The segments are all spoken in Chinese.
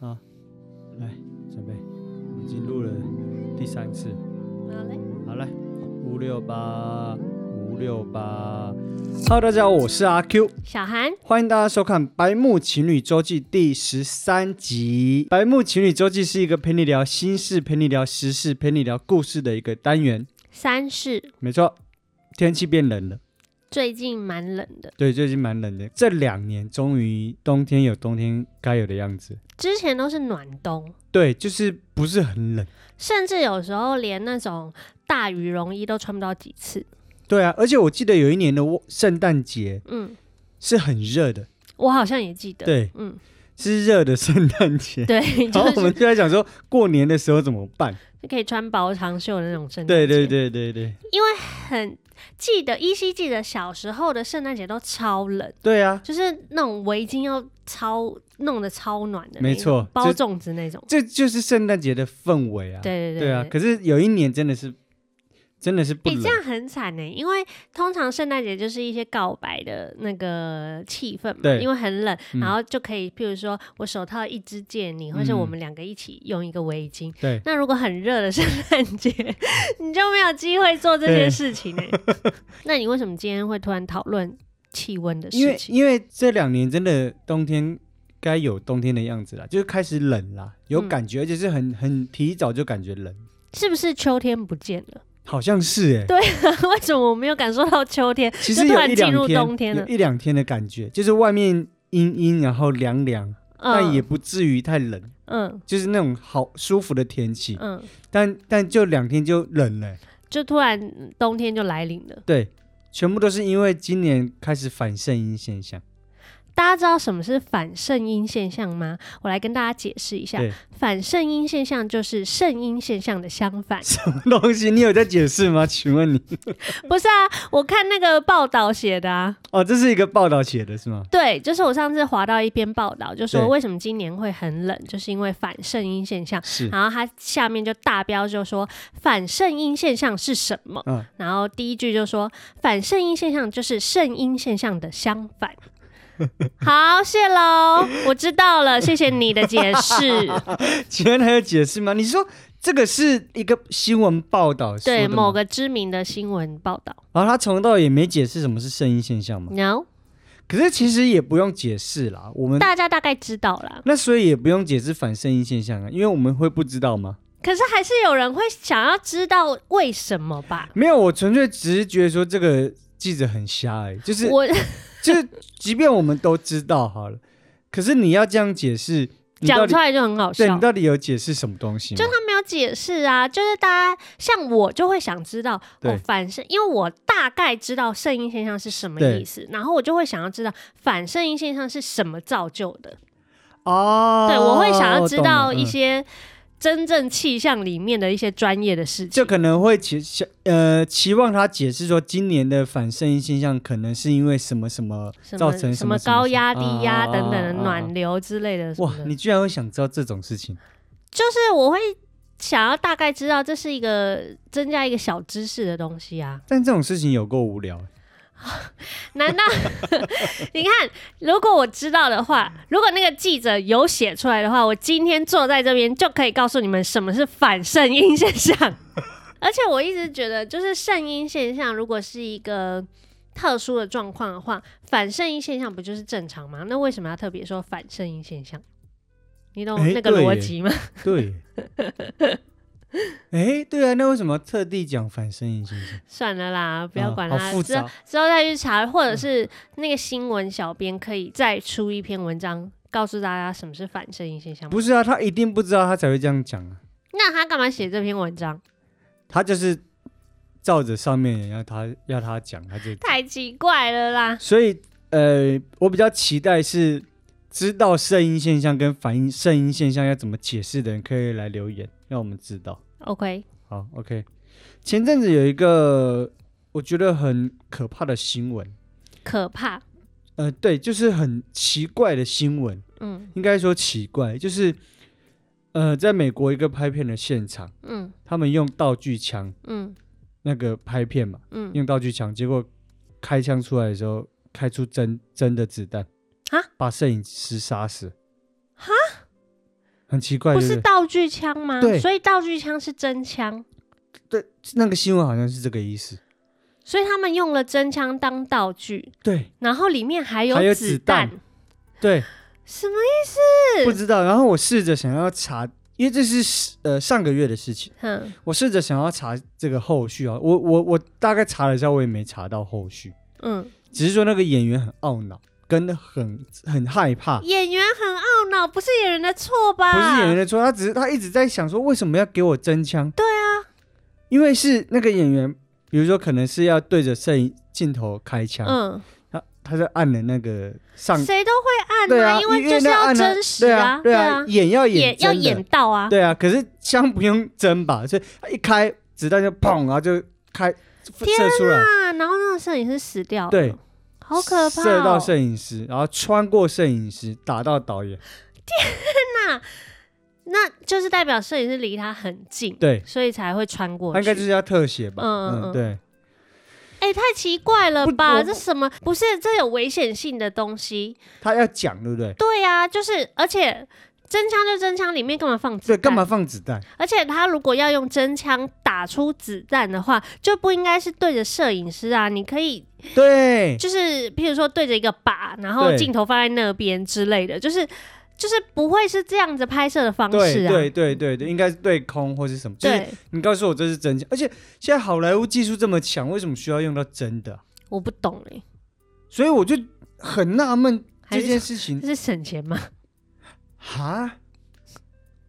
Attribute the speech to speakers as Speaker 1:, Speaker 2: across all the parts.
Speaker 1: 啊，来准备，已经录了第三次。
Speaker 2: 好嘞，
Speaker 1: 好来，五六八五六八，Hello，大家好，我是阿 Q，
Speaker 2: 小韩，
Speaker 1: 欢迎大家收看《白木情侣周记》第十三集。《白木情侣周记》是一个陪你聊心事、陪你聊时事、陪你聊故事的一个单元。
Speaker 2: 三是
Speaker 1: 没错，天气变冷了。
Speaker 2: 最近蛮冷的，
Speaker 1: 对，最近蛮冷的。这两年终于冬天有冬天该有的样子，
Speaker 2: 之前都是暖冬，
Speaker 1: 对，就是不是很冷。
Speaker 2: 甚至有时候连那种大羽绒衣都穿不到几次。
Speaker 1: 对啊，而且我记得有一年的我圣诞节
Speaker 2: 嗯，
Speaker 1: 是很热的，
Speaker 2: 我好像也记得。，
Speaker 1: 对，
Speaker 2: 嗯，
Speaker 1: 是热的圣诞节。
Speaker 2: 对，
Speaker 1: 然后我
Speaker 2: 就
Speaker 1: 们
Speaker 2: 是
Speaker 1: 就在想说，过年的时候怎么办？
Speaker 2: 可以穿薄长袖的那种圣诞
Speaker 1: 对
Speaker 2: 节。
Speaker 1: 对，对对对，
Speaker 2: 很记得依稀记得小时候的圣诞节都超冷，
Speaker 1: 对啊，
Speaker 2: 就是那种围巾要超弄得超暖的那种，
Speaker 1: 没错
Speaker 2: 包
Speaker 1: 就
Speaker 2: 粽子那种。
Speaker 1: 这就是圣诞节的氛围啊。
Speaker 2: 对对
Speaker 1: 对啊，可是有一年真的是，真的是不
Speaker 2: 哎、
Speaker 1: 冷
Speaker 2: 这。样很惨呢、因为通常圣诞节就是一些告白的那个气氛嘛，
Speaker 1: 对
Speaker 2: 因为很冷，
Speaker 1: 嗯
Speaker 2: 然后就可以，譬如说我手套一只借你，或是
Speaker 1: 嗯
Speaker 2: 我们两个一起用一个围巾。
Speaker 1: 对，
Speaker 2: 那如果很热的圣诞节， 你就没有机会做这些
Speaker 1: 对
Speaker 2: 事 情呢、那你为什么今天会突然讨论气温的
Speaker 1: 因
Speaker 2: 事
Speaker 1: 为
Speaker 2: 情？
Speaker 1: 因为这两年真的冬天该有冬天的样子啦，就是开始冷啦，有
Speaker 2: 嗯
Speaker 1: 感觉，而且是很很提早就感觉冷，
Speaker 2: 是不是秋天不见了？
Speaker 1: 好像是哎、
Speaker 2: 对为什么我没有感受到秋天？
Speaker 1: 其实
Speaker 2: 就突
Speaker 1: 有
Speaker 2: 然
Speaker 1: 一
Speaker 2: 进
Speaker 1: 两
Speaker 2: 入
Speaker 1: 天，
Speaker 2: 冬天了
Speaker 1: 有一两天的感觉，就是外面阴阴，然后凉凉，但也不至于太冷，
Speaker 2: 嗯
Speaker 1: 就是那种好舒服的天气。
Speaker 2: 嗯，
Speaker 1: 但但就两天就冷了欸、
Speaker 2: 就突然冬天就来临了。
Speaker 1: 对，全部都是因为今年开始反圣音现象。
Speaker 2: 大家知道什么是反圣音现象吗？我来跟大家解释一下
Speaker 1: 对，
Speaker 2: 反圣音现象就是圣音现象的 相反。
Speaker 1: 东西你有在解释吗？ 请问你
Speaker 2: 不是啊，我看那个报道写的啊，
Speaker 1: 哦，这是一个报道写的是吗？
Speaker 2: 对，就是我上次划到一篇报道，就说
Speaker 1: 对
Speaker 2: 为什么今年会很冷，就是因为反圣音现象。
Speaker 1: 是，
Speaker 2: 然后它下面就大标就说反圣音现象是什么？
Speaker 1: 嗯
Speaker 2: 然后第一句就说反圣音现象就是圣音现象的相反。好，谢喽，我知道了，谢谢你的解释。
Speaker 1: 请问还有解释吗？你说这个是一个新闻报道说
Speaker 2: 对
Speaker 1: 的吗
Speaker 2: 某，个知名的新闻报道。
Speaker 1: 然后他从头到尾也没解释什么是声音现象嘛。
Speaker 2: No，
Speaker 1: 可是其实也不用解释啦，我们
Speaker 2: 大家大概知道啦。
Speaker 1: 那所以也不用解释反声音现象啊，因为我们会不知道吗？
Speaker 2: 可是还是有人会想要知道为什么吧？
Speaker 1: 没有，我纯粹只是觉得说这个记者很瞎哎、就是
Speaker 2: 我
Speaker 1: 就是，即便我们都知道好了，可是你要这样解释，你到
Speaker 2: 讲
Speaker 1: 底
Speaker 2: 出来就很好
Speaker 1: 对
Speaker 2: 笑
Speaker 1: 你。到底有解释什么东西吗？
Speaker 2: 就他没有解释啊，就是大家像我就会想知道，
Speaker 1: 对
Speaker 2: 我反射，因为我大概知道圣音现象是什么
Speaker 1: 对
Speaker 2: 意思，然后我就会想要知道反圣音现象是什么造就的。
Speaker 1: 哦，
Speaker 2: 对，我会想要
Speaker 1: 我
Speaker 2: 知
Speaker 1: 懂了
Speaker 2: 道
Speaker 1: 嗯
Speaker 2: 一些真正气象里面的一些专业的事情。
Speaker 1: 就可能会期想呃期望他解释说，今年的反声音现象可能是因为什么什么
Speaker 2: 什
Speaker 1: 造
Speaker 2: 么
Speaker 1: 成
Speaker 2: 什
Speaker 1: 么什么
Speaker 2: 高压、低压
Speaker 1: 啊
Speaker 2: 等等的
Speaker 1: 啊啊啊
Speaker 2: 暖流之类的什么
Speaker 1: 哇
Speaker 2: 的，
Speaker 1: 你居然会想知道这种事情，
Speaker 2: 就是我会想要大概知道这是一个增加一个小知识的东西啊。
Speaker 1: 但这种事情有够无聊。
Speaker 2: 难道 你看，如果我知道的话，如果那个记者有写出来的话，我今天坐在这边就可以告诉你们什么是反圣音现象。 而且我一直觉得，就是圣音现象如果是一个特殊的状况的话，反圣音现象不就是正常吗？那为什么要特别说反圣音现象？你懂
Speaker 1: 诶
Speaker 2: 那个
Speaker 1: 对
Speaker 2: 逻
Speaker 1: 耶
Speaker 2: 辑吗？
Speaker 1: 对，哎，对啊，那为什么要特地讲反声音现象？
Speaker 2: 算了啦，不要
Speaker 1: 啊
Speaker 2: 管它，
Speaker 1: 好复
Speaker 2: 之后
Speaker 1: 杂。嗯
Speaker 2: 之后再去查，或者是那个新闻小编可以再出一篇文章，告诉大家什么是反声音现象吗。
Speaker 1: 不是啊，他一定不知道，他才会这样讲啊。
Speaker 2: 那他干嘛写这篇文章？
Speaker 1: 他就是照着上面人要他要他讲，他就
Speaker 2: 太奇怪了啦！
Speaker 1: 所以呃，我比较期待是知道声音现象跟反应声音现象要怎么解释的人，可以来留言，让我们知道。
Speaker 2: OK，
Speaker 1: 好，OK。前阵子有一个我觉得很可怕的新闻，
Speaker 2: 可怕。
Speaker 1: 呃，对，就是很奇怪的新闻，
Speaker 2: 嗯
Speaker 1: 应该说奇怪，就是呃，在美国一个拍片的现场，
Speaker 2: 嗯
Speaker 1: 他们用道具枪
Speaker 2: 嗯
Speaker 1: 那个拍片嘛，
Speaker 2: 嗯，
Speaker 1: 用道具枪，结果开枪出来的时候，开出真真的子弹
Speaker 2: 啊，
Speaker 1: 把摄影师杀死。
Speaker 2: 哈，
Speaker 1: 很奇怪，
Speaker 2: 不
Speaker 1: 对
Speaker 2: 是
Speaker 1: 对
Speaker 2: 道具枪吗？
Speaker 1: 对
Speaker 2: 所以道具枪是真枪，
Speaker 1: 对，那个新闻好像是这个意思。
Speaker 2: 所以他们用了真枪当道具，
Speaker 1: 对
Speaker 2: 然后里面还
Speaker 1: 还有
Speaker 2: 子
Speaker 1: 子弹对，
Speaker 2: 什么？
Speaker 1: 不知道。然后我试着想要查，因为这是呃上个月的事情，
Speaker 2: 嗯，
Speaker 1: 我试着想要查这个后续啊。我我我大概查了一下，我也没查到后续，
Speaker 2: 嗯，
Speaker 1: 只是说那个演员很懊恼，跟很很害怕。
Speaker 2: 演员很懊恼，不是演员的错吧？
Speaker 1: 啊不是演员的错，他只是他一直在想说，为什么要给我真枪？
Speaker 2: 对啊，
Speaker 1: 因为是那个演员，比如说可能是要对着摄影镜头开枪，
Speaker 2: 嗯，
Speaker 1: 他他就按了那个上，
Speaker 2: 谁都会按
Speaker 1: 对
Speaker 2: 啊，
Speaker 1: 啊，
Speaker 2: 因为
Speaker 1: 因
Speaker 2: 就是
Speaker 1: 那
Speaker 2: 要
Speaker 1: 按了
Speaker 2: 真实
Speaker 1: 对啊，
Speaker 2: 对
Speaker 1: 啊，演要演
Speaker 2: 演要
Speaker 1: 真的
Speaker 2: 演到啊，
Speaker 1: 对啊，可是枪不用真吧，所以他一开子弹就砰，然后就开射出来，
Speaker 2: 啊，然后那个摄影师死掉了，
Speaker 1: 对，
Speaker 2: 啊好可怕、哦，
Speaker 1: 射到摄影师，然后穿过摄影师，打到导演，
Speaker 2: 那就是代表摄影师离他很近，
Speaker 1: 对，
Speaker 2: 所以才会穿过
Speaker 1: 他应该就
Speaker 2: 去。
Speaker 1: 是要特写吧，
Speaker 2: 嗯嗯
Speaker 1: 嗯，
Speaker 2: 嗯
Speaker 1: 对，
Speaker 2: 哎、太奇怪了
Speaker 1: 不
Speaker 2: 吧？
Speaker 1: 我
Speaker 2: 这什么？不是，这有危险性的东西。
Speaker 1: 他要讲对不对？
Speaker 2: 对呀、就是而且真枪就真枪，里面干嘛放子
Speaker 1: 对，
Speaker 2: 弹？
Speaker 1: 干嘛？放子弹？
Speaker 2: 而且他如果要用真枪打出子弹的话，就不应该是对着摄影师啊，你可以
Speaker 1: 对，
Speaker 2: 就是譬如说对着一个靶，然后
Speaker 1: 对
Speaker 2: 镜头放在那边之类的，就是就是不会是这样子拍摄的方式
Speaker 1: 对
Speaker 2: 啊。
Speaker 1: 对对对对，应该是对空或是什么？就是
Speaker 2: 对
Speaker 1: 你告诉我这是真枪，而且现在好莱坞技术这么强，为什么需要用到真的啊？
Speaker 2: 我不懂哎、
Speaker 1: 所以我就很纳闷
Speaker 2: 还
Speaker 1: 这
Speaker 2: 是
Speaker 1: 件事情
Speaker 2: 这是省钱吗？
Speaker 1: 哈，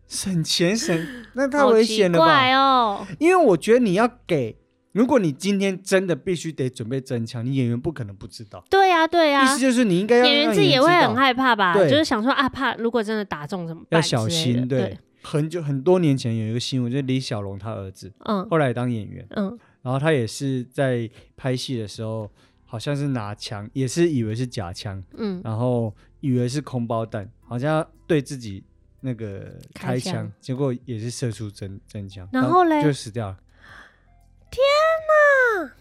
Speaker 1: 省钱省，那太
Speaker 2: 好
Speaker 1: 危
Speaker 2: 奇
Speaker 1: 险了
Speaker 2: 怪
Speaker 1: 吧？
Speaker 2: 哦，
Speaker 1: 因为我觉得你要给，如果你今天真的必须得准备真枪，你演员不可能不知道。
Speaker 2: 对呀、对呀、
Speaker 1: 意思就是你应该要
Speaker 2: 演员
Speaker 1: 让
Speaker 2: 自己也
Speaker 1: 知
Speaker 2: 会很
Speaker 1: 道
Speaker 2: 害怕吧？就
Speaker 1: 对
Speaker 2: 是想说啊，怕如果真的打中怎么办？
Speaker 1: 要小心。
Speaker 2: 对，
Speaker 1: 对，很久很多年前有一个新闻，就是李小龙他儿子
Speaker 2: 嗯
Speaker 1: 后来也当演员，
Speaker 2: 嗯，
Speaker 1: 然后他也是在拍戏的时候，好像是拿枪，也是以为是假枪，
Speaker 2: 嗯，
Speaker 1: 然后以为是空包弹，好像要对自己那个
Speaker 2: 开
Speaker 1: 开
Speaker 2: 枪
Speaker 1: 枪，结果也是射出真真枪，
Speaker 2: 然后嘞
Speaker 1: 就死掉了。天哪，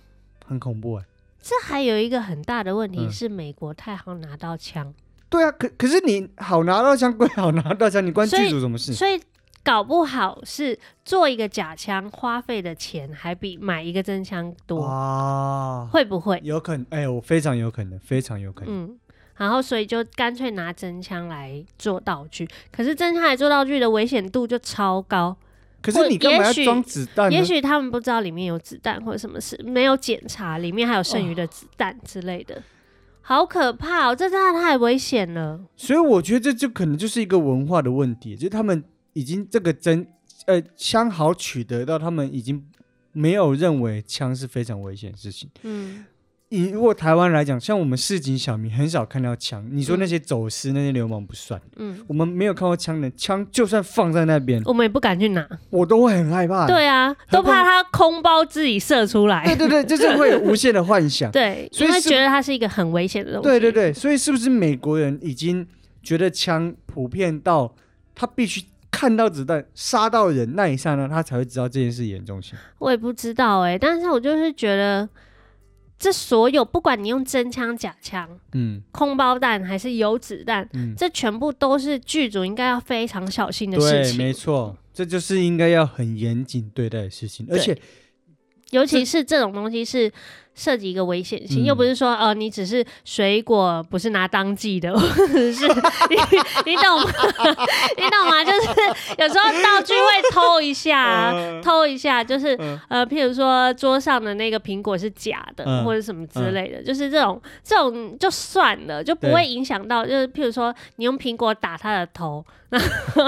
Speaker 1: 很恐怖哎、
Speaker 2: 这还有一个很大的问题
Speaker 1: 嗯
Speaker 2: 是，美国太好拿到枪，
Speaker 1: 对啊，可可是你好拿到枪归好拿到枪，你关
Speaker 2: 所以
Speaker 1: 剧组什么事？
Speaker 2: 所以搞不好是做一个假枪花费的钱还比买一个真枪
Speaker 1: 哦
Speaker 2: 多，
Speaker 1: 哇，
Speaker 2: 会不会？
Speaker 1: 有可能哎、我非常有可能，非常有可能。
Speaker 2: 嗯。然后，所以就干脆拿真枪来做道具。可是真枪来做道具的危险度就超高，
Speaker 1: 可
Speaker 2: 或
Speaker 1: 是你干嘛
Speaker 2: 也
Speaker 1: 要
Speaker 2: 许
Speaker 1: 装子弹呢？
Speaker 2: 也许他们不知道里面有子弹或者什么事，没有检查里面还有剩余的子弹之类的，好可怕哦！这真的太危险了。
Speaker 1: 所以我觉得这就可能就是一个文化的问题，就是他们已经这个真呃枪好取得到，他们已经没有认为枪是非常危险的事情。
Speaker 2: 嗯，
Speaker 1: 以如果台湾来讲，像我们市井小民很少看到枪，你说那些走私、那些流氓不算，
Speaker 2: 嗯，
Speaker 1: 我们没有看过枪的，枪就算放在那边，
Speaker 2: 我们也不敢去拿。
Speaker 1: 我都会啊很害怕。
Speaker 2: 对啊，都
Speaker 1: 何况
Speaker 2: 怕它空包自己射出来
Speaker 1: 对。对对，就是会有无限的幻想。
Speaker 2: 对，
Speaker 1: 所以
Speaker 2: 因为
Speaker 1: 是
Speaker 2: 觉得它是一个很危险的东西。
Speaker 1: 对对，对，所以是不是美国人已经觉得枪普遍到他必须看到子弹杀到人那一刹那，他才会知道这件事严重性？
Speaker 2: 我也不知道哎、但是我就是觉得，这所有不管你用真枪、假枪、
Speaker 1: 嗯
Speaker 2: 空包弹还是有子弹，
Speaker 1: 嗯，
Speaker 2: 这全部都是剧组应该要非常小心的事
Speaker 1: 对，
Speaker 2: 情。
Speaker 1: 没错，这就是应该要很严谨对待的事情，而且
Speaker 2: 尤其是这种东西是涉及一个危险
Speaker 1: 嗯
Speaker 2: 性，又不是说呃你只是水果不是拿当季的，或者是你你懂吗？ 你懂吗？就是有时候道具会偷一下啊、
Speaker 1: 嗯
Speaker 2: 偷一下，就是
Speaker 1: 嗯
Speaker 2: 呃譬如说桌上的那个苹果是假的、
Speaker 1: 嗯
Speaker 2: 或者什么之类的，就是这种这种就算了，就不会
Speaker 1: 对
Speaker 2: 影响到，就是譬如说你用苹果打他的头，然后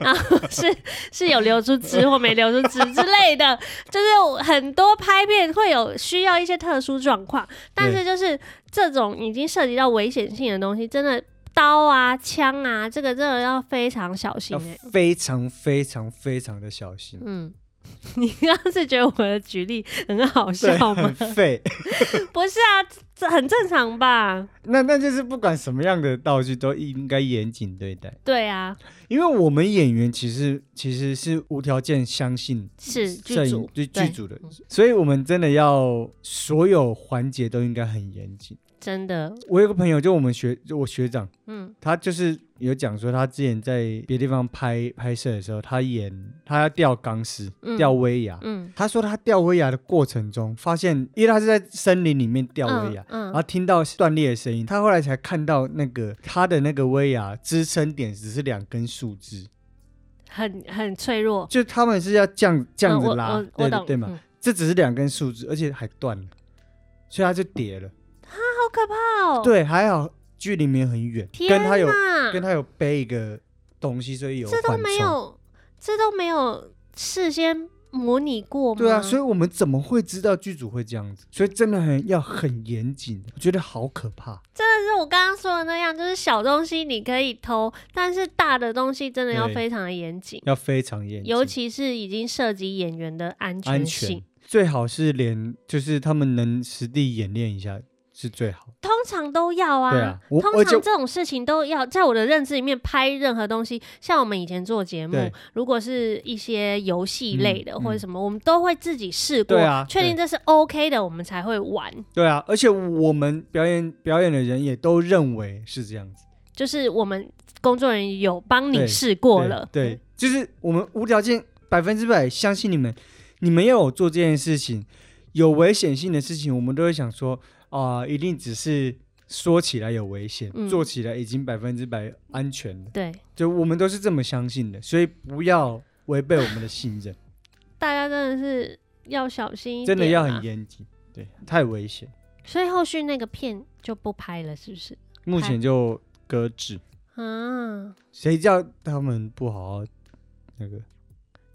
Speaker 2: 然后是是有流出汁或没流出汁之类的，就是很多拍片会有需要一些特殊状况，但是就是这种已经涉及到危险性的东西，真的刀啊、枪啊，这个真的要非常小心
Speaker 1: 要
Speaker 2: 哎、
Speaker 1: 非常非常非常的小心。
Speaker 2: 嗯， 你刚刚是觉得我的举例很好
Speaker 1: 对，
Speaker 2: 笑吗
Speaker 1: 很？废。
Speaker 2: 不是啊，这这很正常吧？
Speaker 1: 那那就是不管什么样的道具都应该严谨对待，
Speaker 2: 对啊，
Speaker 1: 因为我们演员其实其实是无条件相信
Speaker 2: 是
Speaker 1: 摄影
Speaker 2: 剧组
Speaker 1: 对剧
Speaker 2: 对嗯
Speaker 1: 组的，所以我们真的要所有环节都应该很严谨。
Speaker 2: 真的，
Speaker 1: 我有个朋友，就我们学，就我学长，
Speaker 2: 嗯，
Speaker 1: 他就是有讲说，他之前在别地方拍拍摄的时候，他演他要吊钢丝，
Speaker 2: 嗯
Speaker 1: 吊威亚。
Speaker 2: 嗯，
Speaker 1: 他说他吊威亚的过程中，发现因为他是在森林里面吊威啊亚，
Speaker 2: 嗯
Speaker 1: 然后听到断裂的声音，他后来才看到那个他的那个威亚支撑点只是两根树枝，
Speaker 2: 很很脆弱，
Speaker 1: 就他们是要这样这样
Speaker 2: 嗯
Speaker 1: 子
Speaker 2: 我
Speaker 1: 拉，
Speaker 2: 我我
Speaker 1: 对
Speaker 2: 懂，
Speaker 1: 对嘛？
Speaker 2: 嗯
Speaker 1: 这只是两根树枝，而且还断了，所以他就跌了。
Speaker 2: 哦好可怕哦！，
Speaker 1: 对，还好距离没有很远，
Speaker 2: 天
Speaker 1: 跟他有
Speaker 2: 哪
Speaker 1: 跟他有背一个东西，所以有
Speaker 2: 这都
Speaker 1: 缓
Speaker 2: 没
Speaker 1: 冲。
Speaker 2: 有，这都没有事先模拟过吗？
Speaker 1: 对啊，所以
Speaker 2: 以
Speaker 1: 我们怎么会知道剧组会这样子？所以真的很要很严谨，我觉得好可怕。
Speaker 2: 但是我刚刚说的那样，就是小东西你可以偷，但是大的东西真的要
Speaker 1: 对
Speaker 2: 非常的严谨，
Speaker 1: 要非常严谨，
Speaker 2: 尤其是已经涉及演员的安
Speaker 1: 安
Speaker 2: 全性。
Speaker 1: 全最好是连就是他们能实地演练一下是最好。
Speaker 2: 通常都要啊，
Speaker 1: 对啊我
Speaker 2: 通
Speaker 1: 而且
Speaker 2: 常这种事情都要，在我的认知里面，拍任何东西，像我们以前做节目
Speaker 1: 对，
Speaker 2: 如果是一些游戏类的、
Speaker 1: 嗯
Speaker 2: 或者什么，我们都会自己试过
Speaker 1: 对，啊
Speaker 2: 确、定这是 OK 的，我们才会玩。
Speaker 1: 对啊，而且我们表演表演的人也都认为是这样子。
Speaker 2: 就是我们工作人员有帮你
Speaker 1: 对
Speaker 2: 试过了，嗯
Speaker 1: 对，对，就是我们无条件百分之百相信你们，你们要有做这件事情，有危险性的事情，我们都会想说啊、一定只是说起来有危险，
Speaker 2: 嗯
Speaker 1: 做起来已经百分之百安全了，
Speaker 2: 对，
Speaker 1: 就我们都是这么相信的，所以不要违背我们的信任，
Speaker 2: 啊大家真的是要小心一点、啊
Speaker 1: 真的要很。严谨，对，太危险，
Speaker 2: 所以后续那个片就不拍了，是不是？
Speaker 1: 目前就搁置，
Speaker 2: 啊，
Speaker 1: 谁叫他们不好好那个，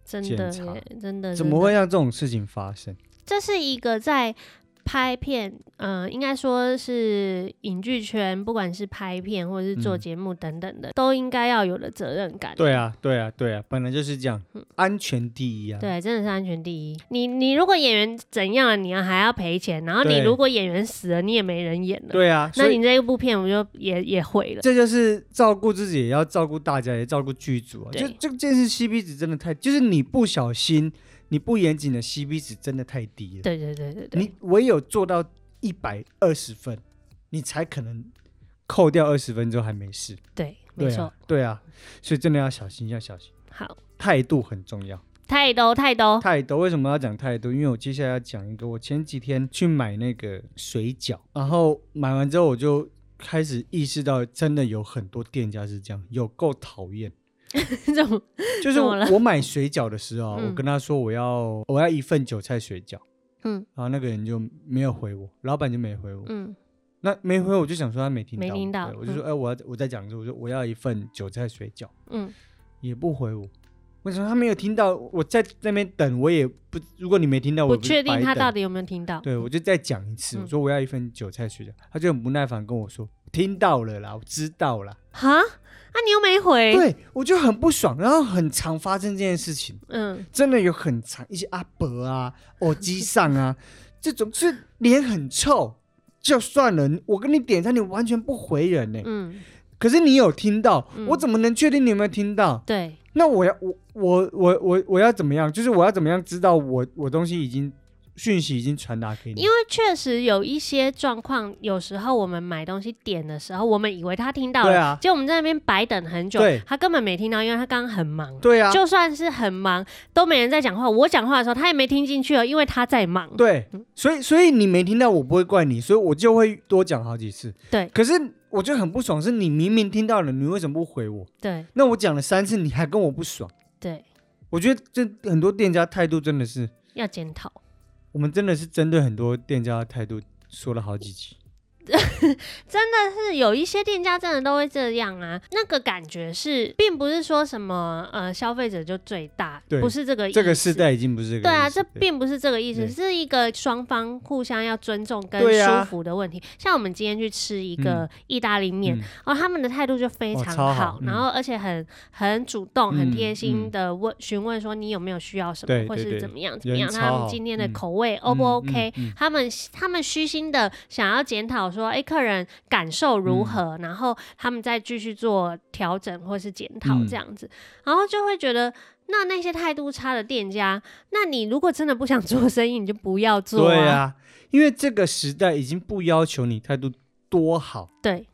Speaker 2: 真的
Speaker 1: 检查
Speaker 2: 耶，真的，
Speaker 1: 怎么
Speaker 2: 真的
Speaker 1: 会让这种事情发生？
Speaker 2: 这是一个在拍片，呃，应该说是影剧圈，不管是拍片或者是做
Speaker 1: 嗯
Speaker 2: 节目等等的，都应该要有的责任感。
Speaker 1: 对啊，对啊，对啊，本来就是这样，安全第一啊。
Speaker 2: 嗯对，真的是安全第一。你你如果演员怎样了，你要还要赔钱，然后你
Speaker 1: 对
Speaker 2: 如果演员死了，你也没人演了。
Speaker 1: 对啊，
Speaker 2: 那
Speaker 1: 所以
Speaker 2: 你这一部片我就也也毁了。
Speaker 1: 这就是照顾自己，也要照顾大家，也照顾剧组啊。
Speaker 2: 对
Speaker 1: 就这件事 CP 值真的太，就是你不小心，你不严谨的 CP 值真的太低了。
Speaker 2: 对对对对对
Speaker 1: 你，唯有做到一百二十分，你才可能扣掉二十分之后还没事。
Speaker 2: 对，没
Speaker 1: 对
Speaker 2: 错
Speaker 1: 啊。，对啊，所以真的要小心，要小心，
Speaker 2: 好，
Speaker 1: 态度很重要。
Speaker 2: 太多 太多，
Speaker 1: 态度为什么要讲态度？因为我接下来要讲一个，我前几天去买那个水饺，然后买完之后我就开始意识到，真的有很多店家是这样，有够讨 厌。
Speaker 2: 这种
Speaker 1: 就是
Speaker 2: 怎么了
Speaker 1: 我买水饺的时候啊，
Speaker 2: 嗯
Speaker 1: 我跟他说我要我要一份韭菜水饺，
Speaker 2: 嗯
Speaker 1: 然后那个人就没有回我，老板就没回我。
Speaker 2: 嗯
Speaker 1: 那没回我就想说他没听到，
Speaker 2: 没听到
Speaker 1: 对我就说哎、我要我再讲一次，我说我要一份韭菜水饺，
Speaker 2: 嗯，
Speaker 1: 也不回我。为什么他没有听到？我在那边等，我也不。如果你没听到，我
Speaker 2: 不
Speaker 1: 也不是
Speaker 2: 确定
Speaker 1: 白
Speaker 2: 他
Speaker 1: 等
Speaker 2: 到底有没有听到。
Speaker 1: 对，我就再讲一次，
Speaker 2: 嗯
Speaker 1: 我说我要一份韭菜水饺，他就很不耐烦跟我说听到了啦，我知道啦，
Speaker 2: 哈，那你又没回。
Speaker 1: 对我就很不爽，然后很常发生这件事情，
Speaker 2: 嗯，
Speaker 1: 真的有很常一些阿伯啊、耳机上啊这种是脸很臭。就算了，我跟你点餐，你完全不回人呢、
Speaker 2: 嗯，
Speaker 1: 可是你有听到，
Speaker 2: 嗯
Speaker 1: 我怎么能确定你有没有听到？
Speaker 2: 对，
Speaker 1: 那我要我我我我我要怎么样？就是我要怎么样知道我我东西已经讯息已经传达给你？
Speaker 2: 因为确实有一些状况，有时候我们买东西点的时候，我们以为他听到
Speaker 1: 对
Speaker 2: 了，
Speaker 1: 啊
Speaker 2: 结果我们在那边白等很久
Speaker 1: 对，
Speaker 2: 他根本没听到，因为他刚刚很忙。
Speaker 1: 对啊，
Speaker 2: 就算是很忙，都没人在讲话。我讲话的时候，他也没听进去哦，因为他在忙。
Speaker 1: 对，
Speaker 2: 嗯
Speaker 1: 所以所以你没听到，我不会怪你，所以我就会多讲好几次。
Speaker 2: 对
Speaker 1: 可是我就很不爽，是你明明听到了，你为什么不回我？
Speaker 2: 对
Speaker 1: 那我讲了三次，你还跟我不爽，
Speaker 2: 对，
Speaker 1: 我觉得这很多店家态度真的是，
Speaker 2: 要检讨。
Speaker 1: 我们真的是针对很多店家的态度说了好几集。
Speaker 2: 是有一些店家真的都会这样啊，那个感觉是，并不是说什么呃消费者就最大，
Speaker 1: 对
Speaker 2: 不是这个意思
Speaker 1: 这个时。代已经不是这个
Speaker 2: 对啊，
Speaker 1: 意思
Speaker 2: 这并不是这个意思，
Speaker 1: 对
Speaker 2: 是一个双方互相要尊重跟
Speaker 1: 对啊
Speaker 2: 舒服的问题。像我们今天去吃一个意大利面，
Speaker 1: 嗯
Speaker 2: 哦，他们的态度就非
Speaker 1: 哦
Speaker 2: 常
Speaker 1: 超好嗯
Speaker 2: 然后而且很很主动、很
Speaker 1: 嗯
Speaker 2: 贴心
Speaker 1: 嗯
Speaker 2: 的问询问说你有没有需要什么，
Speaker 1: 对
Speaker 2: 或
Speaker 1: 对
Speaker 2: 是
Speaker 1: 对
Speaker 2: 怎么样怎么
Speaker 1: 人
Speaker 2: 样，他
Speaker 1: 超
Speaker 2: 们
Speaker 1: 好
Speaker 2: 今天的
Speaker 1: 嗯
Speaker 2: 口味 O 哦不
Speaker 1: 嗯
Speaker 2: OK？、
Speaker 1: 嗯嗯
Speaker 2: 他们他们虚心的想要检讨说，哎、客人感受如
Speaker 1: 嗯
Speaker 2: 何，然后他们再继续做调整或是检讨
Speaker 1: 嗯
Speaker 2: 这样子，然后就会觉得，那那些态度差的店家，那你如果真的不想做生意，你就不要做
Speaker 1: 对
Speaker 2: 啊。
Speaker 1: 啊，因为这个时代已经不要求你态度多好，
Speaker 2: 对，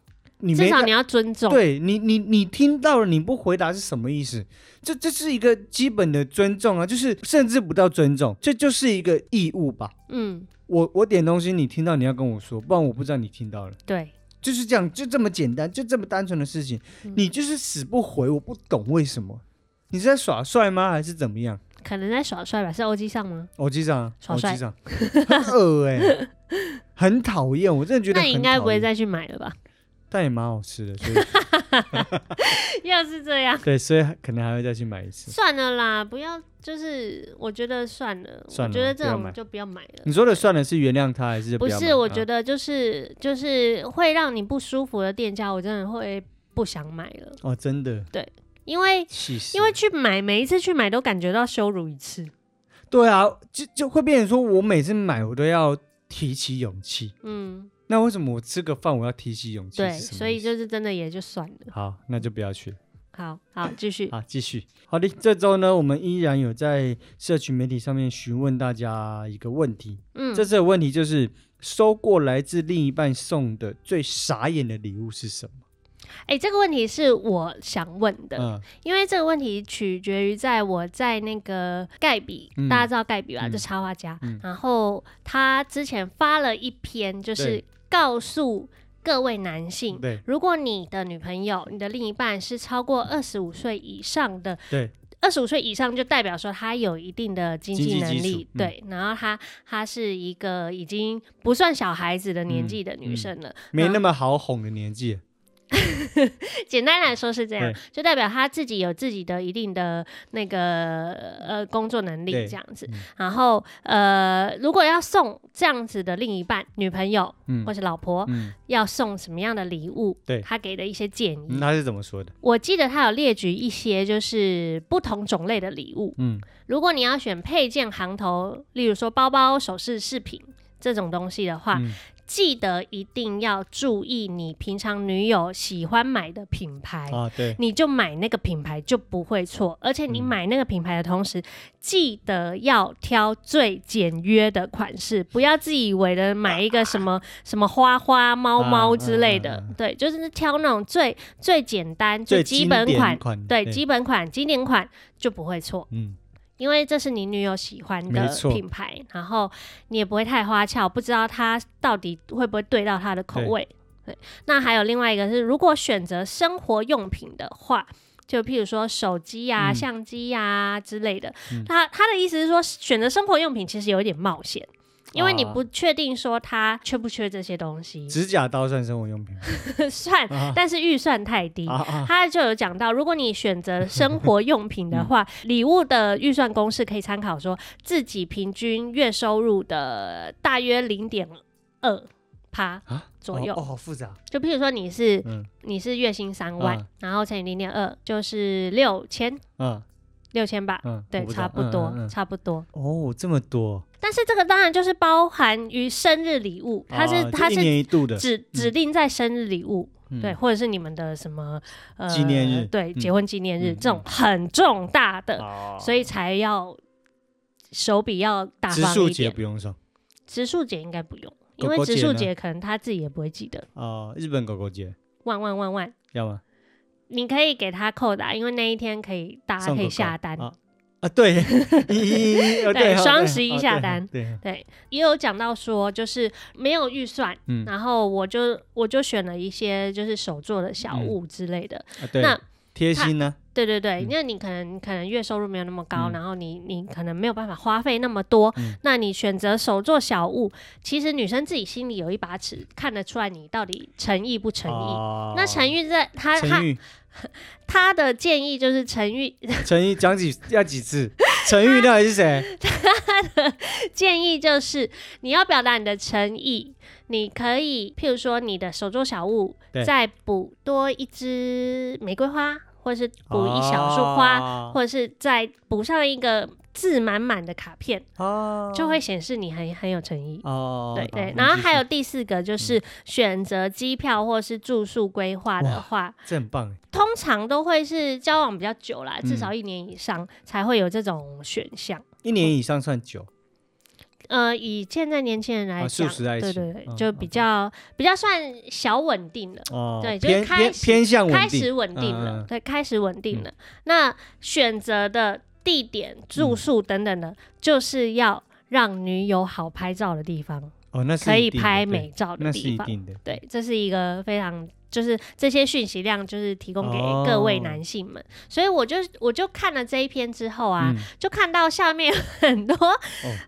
Speaker 1: 你
Speaker 2: 至
Speaker 1: 没
Speaker 2: 少
Speaker 1: 看
Speaker 2: 你要尊重。
Speaker 1: 对你你你听到了你不回答是什么意思？这这是一个基本的尊重啊，就是甚至不到尊重，这就是一个义务吧。
Speaker 2: 嗯，
Speaker 1: 我我点东西，你听到你要跟我说，不然我不知道你听到了，
Speaker 2: 对，
Speaker 1: 就是这样，就这么简单，就这么单纯的事情。
Speaker 2: 嗯
Speaker 1: 你就是死不回，我不懂为什么，你是在耍帅吗，还是怎么样？
Speaker 2: 可能在耍帅吧？是 O G 上吗？
Speaker 1: 我机长，
Speaker 2: 耍
Speaker 1: 我
Speaker 2: 帅
Speaker 1: 机长，很恶哎、很讨厌，我真的觉得
Speaker 2: 那
Speaker 1: 很
Speaker 2: 你应该不
Speaker 1: 讨
Speaker 2: 会
Speaker 1: 厌，
Speaker 2: 再去买了吧？
Speaker 1: 但也蛮好吃的，所以
Speaker 2: 要是这样，
Speaker 1: 对，所以可能还会再去买一次。
Speaker 2: 算了啦，不要，就是我觉得算了，
Speaker 1: 算
Speaker 2: 我
Speaker 1: 了
Speaker 2: 觉得这
Speaker 1: 不要
Speaker 2: 种
Speaker 1: 买
Speaker 2: 就不要买了。
Speaker 1: 你说的算了是原谅他还是就
Speaker 2: 不
Speaker 1: 要
Speaker 2: 是，
Speaker 1: 买
Speaker 2: 我
Speaker 1: 啊
Speaker 2: 觉得就是就是会让你不舒服的店家，我真的会不想买了，
Speaker 1: 哦，真的
Speaker 2: 因为
Speaker 1: 气死！
Speaker 2: 因为去买每一次去买都感觉到羞辱一次。
Speaker 1: 对啊，就就会变成说我每次买我都要提起勇气，
Speaker 2: 嗯，
Speaker 1: 那为什么我吃个饭我要提起勇气是
Speaker 2: 对，
Speaker 1: 什么意思？
Speaker 2: 所以就是真的也就算了。
Speaker 1: 好，那就不要去了。
Speaker 2: 好好，继续。
Speaker 1: 好，继续。好的，这周呢，我们依然有在社群媒体上面询问大家一个问题，
Speaker 2: 嗯，
Speaker 1: 这次的问题就是收过来自另一半送的最傻眼的礼物是什么？
Speaker 2: 哎、这个问题是我想问的，
Speaker 1: 嗯，
Speaker 2: 因为这个问题取决于在我在那个盖比，
Speaker 1: 嗯
Speaker 2: 大家知道盖比吧，
Speaker 1: 嗯
Speaker 2: 就插画家，
Speaker 1: 嗯
Speaker 2: 然后他之前发了一篇，就是
Speaker 1: 对
Speaker 2: 告诉各位男性。
Speaker 1: 对
Speaker 2: 如果你的女朋友、你的另一半是超过二十五岁以上的，
Speaker 1: 对，
Speaker 2: 二十五岁以上就代表说他有一定的经济
Speaker 1: 经济
Speaker 2: 能
Speaker 1: 基
Speaker 2: 力
Speaker 1: 础，嗯
Speaker 2: 对，然后他他是一个已经不算小孩子的年纪的女
Speaker 1: 嗯
Speaker 2: 生了，
Speaker 1: 没那么好哄的年纪，
Speaker 2: 哦简单来说是这样
Speaker 1: 对，
Speaker 2: 就代表他自己有自己的一定的那个呃工作能力
Speaker 1: 对
Speaker 2: 这样子
Speaker 1: 嗯。
Speaker 2: 然后呃，如果要送这样子的另一半、女朋友
Speaker 1: 嗯
Speaker 2: 或是老婆，
Speaker 1: 嗯
Speaker 2: 要送什么样的礼物？
Speaker 1: 对
Speaker 2: 他给的一些建
Speaker 1: 嗯，
Speaker 2: 议。
Speaker 1: 他是怎么说的？
Speaker 2: 我记得他有列举一些就是不同种类的礼物。
Speaker 1: 嗯，
Speaker 2: 如果你要选配件行头，例如说包包、首饰、饰品这种东西的话，
Speaker 1: 嗯
Speaker 2: 记得一定要注意你平常女友喜欢买的品牌。
Speaker 1: 啊，对，
Speaker 2: 你就买那个品牌就不会错，而且你
Speaker 1: 嗯
Speaker 2: 买那个品牌的同时，记得要挑最简约的款式，不要自以为的买一个什么、 什么花花、猫猫之类的，
Speaker 1: 啊啊啊
Speaker 2: 对，就是挑那种最最简单、
Speaker 1: 最
Speaker 2: 基本
Speaker 1: 经典
Speaker 2: 款，
Speaker 1: 款，
Speaker 2: 对，基本款、经典款就不会错，
Speaker 1: 嗯，
Speaker 2: 因为这是你女友喜欢的
Speaker 1: 没错
Speaker 2: 品牌，然后你也不会太花俏，不知道它到底会不会对到她的口味。对，那还有另外一个是，如果选择生活用品的话，就譬如说手机呀、
Speaker 1: 嗯
Speaker 2: 相机呀、之类的，
Speaker 1: 嗯
Speaker 2: 他他的意思是说，选择生活用品其实有一点冒险。因为你
Speaker 1: 啊
Speaker 2: 不确定说他缺不缺这些东西，
Speaker 1: 指甲刀算生活用品吗
Speaker 2: 算，
Speaker 1: 啊
Speaker 2: 但是预算太低，
Speaker 1: 啊啊！
Speaker 2: 他就有讲到，如果你 选择生活用品的话，
Speaker 1: 嗯
Speaker 2: 礼物的预算公式可以参考说自己平均月收入的大约零点二趴
Speaker 1: 啊
Speaker 2: 左右。
Speaker 1: 哦，哦好复杂，
Speaker 2: 就譬如说你是
Speaker 1: 嗯
Speaker 2: 你是月薪三万，
Speaker 1: 嗯
Speaker 2: 然后乘以零点二就是六千，
Speaker 1: 嗯
Speaker 2: 六千吧。
Speaker 1: 嗯，
Speaker 2: 对
Speaker 1: 我，知道
Speaker 2: 差不多，
Speaker 1: 嗯嗯嗯
Speaker 2: 差不多。
Speaker 1: 哦，这么多，
Speaker 2: 但是这个当然就是包含于生日礼物，它是、
Speaker 1: 啊
Speaker 2: 它
Speaker 1: 这
Speaker 2: 是
Speaker 1: 一年一嗯度的，
Speaker 2: 指指定在生日礼物，对，或者是你们的什么
Speaker 1: 嗯
Speaker 2: 呃
Speaker 1: 纪念日
Speaker 2: 对，
Speaker 1: 嗯
Speaker 2: 结婚纪念日、
Speaker 1: 嗯
Speaker 2: 这种很重大的，
Speaker 1: 嗯，
Speaker 2: 所以才要手笔要大
Speaker 1: 植
Speaker 2: 方
Speaker 1: 树
Speaker 2: 一
Speaker 1: 节
Speaker 2: 点。
Speaker 1: 不用送
Speaker 2: 植树节应该不用，
Speaker 1: 狗
Speaker 2: 因
Speaker 1: 狗
Speaker 2: 为植
Speaker 1: 节
Speaker 2: 树
Speaker 1: 呢
Speaker 2: 节可能他自己也不会记得。
Speaker 1: 哦，日本狗狗节
Speaker 2: 万万万万，
Speaker 1: 要吗？
Speaker 2: 你可以给他扣打，因为那一天可以大家
Speaker 1: 送狗
Speaker 2: 可以
Speaker 1: 狗
Speaker 2: 下单。
Speaker 1: 啊啊， 对，一一一哦
Speaker 2: 对
Speaker 1: 对，哦
Speaker 2: 双
Speaker 1: 对
Speaker 2: 十一
Speaker 1: 哦
Speaker 2: 下
Speaker 1: 对
Speaker 2: 单
Speaker 1: 对，
Speaker 2: 对，也有讲到说，就是没有预算，
Speaker 1: 嗯
Speaker 2: 然后我就我就选了一些就是手做的小物之类的，
Speaker 1: 啊嗯对，
Speaker 2: 那
Speaker 1: 贴心呢，
Speaker 2: 对对对，
Speaker 1: 嗯
Speaker 2: 那你可能可能月收入没有那么
Speaker 1: 嗯
Speaker 2: 高，然后你你可能没有办法花费那么多，
Speaker 1: 嗯
Speaker 2: 那你选择手做小物，其实女生自己心里有一把尺，看得出来你到底诚意不诚意。
Speaker 1: 哦
Speaker 2: 那陈玉在他他
Speaker 1: 陈玉，
Speaker 2: 他的建议就是陈玉
Speaker 1: 陈玉讲几要几次？陈玉到底是谁？
Speaker 2: 建议就是你要表达你的诚意，你可以譬如说你的手做小物
Speaker 1: 对
Speaker 2: 再补多一支玫瑰花，或是补一小束花，
Speaker 1: 哦
Speaker 2: 或者是再补上一个字满满的卡片。
Speaker 1: 哦
Speaker 2: 就会显示你很很有诚意。
Speaker 1: 哦，
Speaker 2: 对
Speaker 1: 好
Speaker 2: 对，
Speaker 1: 你
Speaker 2: 然后
Speaker 1: 继
Speaker 2: 还
Speaker 1: 续
Speaker 2: 有第四
Speaker 1: 嗯
Speaker 2: 个就是选择机票或是住宿规划的
Speaker 1: 哇
Speaker 2: 话，
Speaker 1: 这很棒哎，
Speaker 2: 通常都会是交往比较久啦，
Speaker 1: 嗯
Speaker 2: 至少一年以上才会有这种选项。
Speaker 1: 一年以上算久，
Speaker 2: 呃，以现在年轻人来
Speaker 1: 啊
Speaker 2: 讲，
Speaker 1: 素食爱
Speaker 2: 对
Speaker 1: 情
Speaker 2: 对对，
Speaker 1: 嗯
Speaker 2: 就比较、比较算小稳定了。
Speaker 1: 哦，
Speaker 2: 对就是
Speaker 1: 偏
Speaker 2: 开
Speaker 1: 偏
Speaker 2: 始
Speaker 1: 偏向稳
Speaker 2: 开
Speaker 1: 定
Speaker 2: 始稳定了，
Speaker 1: 嗯嗯
Speaker 2: 对，开始稳定
Speaker 1: 嗯
Speaker 2: 了。那选择的地点、
Speaker 1: 嗯
Speaker 2: 住宿等等的，就是要让女友好拍照的地方，
Speaker 1: 哦，那是
Speaker 2: 可
Speaker 1: 一
Speaker 2: 以
Speaker 1: 定的
Speaker 2: 拍
Speaker 1: 对
Speaker 2: 美照的
Speaker 1: 那是一
Speaker 2: 地方。
Speaker 1: 定的，
Speaker 2: 对，这是一个非常就是这些讯息量，就是提供给
Speaker 1: 哦
Speaker 2: 各位男性们。所以我就我就看了这一篇之后啊，
Speaker 1: 嗯，哦
Speaker 2: 就看到下面 很多、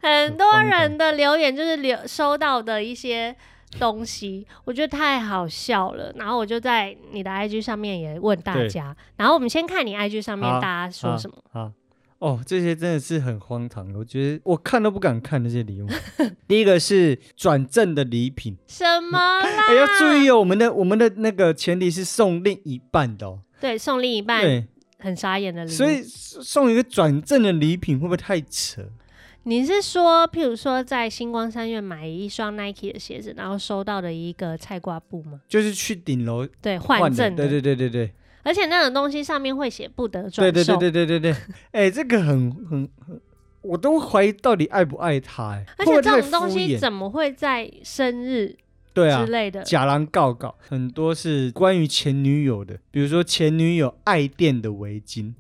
Speaker 2: 很
Speaker 1: 我
Speaker 2: 多
Speaker 1: 懂
Speaker 2: 人的留言，就是留收到的一些东西，我觉得太好笑了。然后我就在你的 IG 上面也问大
Speaker 1: 对
Speaker 2: 家，然后我们先看你 IG 上面
Speaker 1: 好
Speaker 2: 大家说
Speaker 1: 好
Speaker 2: 什么。
Speaker 1: 啊。哦，这些真的是很荒唐的，我觉得我看都不敢看这些 礼物。第一个是转赠的礼品，
Speaker 2: 什么啦？
Speaker 1: 哎、要注意哦，我们的我们的那个前提是送另一半的哦。
Speaker 2: 对，送另一半嗯
Speaker 1: 对，
Speaker 2: 很傻眼的礼物。
Speaker 1: 所以送一个转赠的礼品会不会太扯？
Speaker 2: 你是说，譬如说在星光三月买一双 Nike 的鞋子，然后收到的一个菜瓜布吗？
Speaker 1: 就是去顶楼
Speaker 2: 对，
Speaker 1: 换
Speaker 2: 换
Speaker 1: 的，
Speaker 2: 赠的，
Speaker 1: 对对对对对
Speaker 2: 而且那种东西上面会写不得转
Speaker 1: 对
Speaker 2: 售。
Speaker 1: 对对对对对 对。哎、这个很很很，我都怀疑到底爱不爱他、哎，
Speaker 2: 而
Speaker 1: 会
Speaker 2: 且
Speaker 1: 不会
Speaker 2: 这
Speaker 1: 太
Speaker 2: 种
Speaker 1: 敷
Speaker 2: 东西
Speaker 1: 衍
Speaker 2: 怎么会在生日
Speaker 1: 对啊
Speaker 2: 之，类的？
Speaker 1: 假狼告告，很多是关于前女友的，比如说前女友爱店的围巾，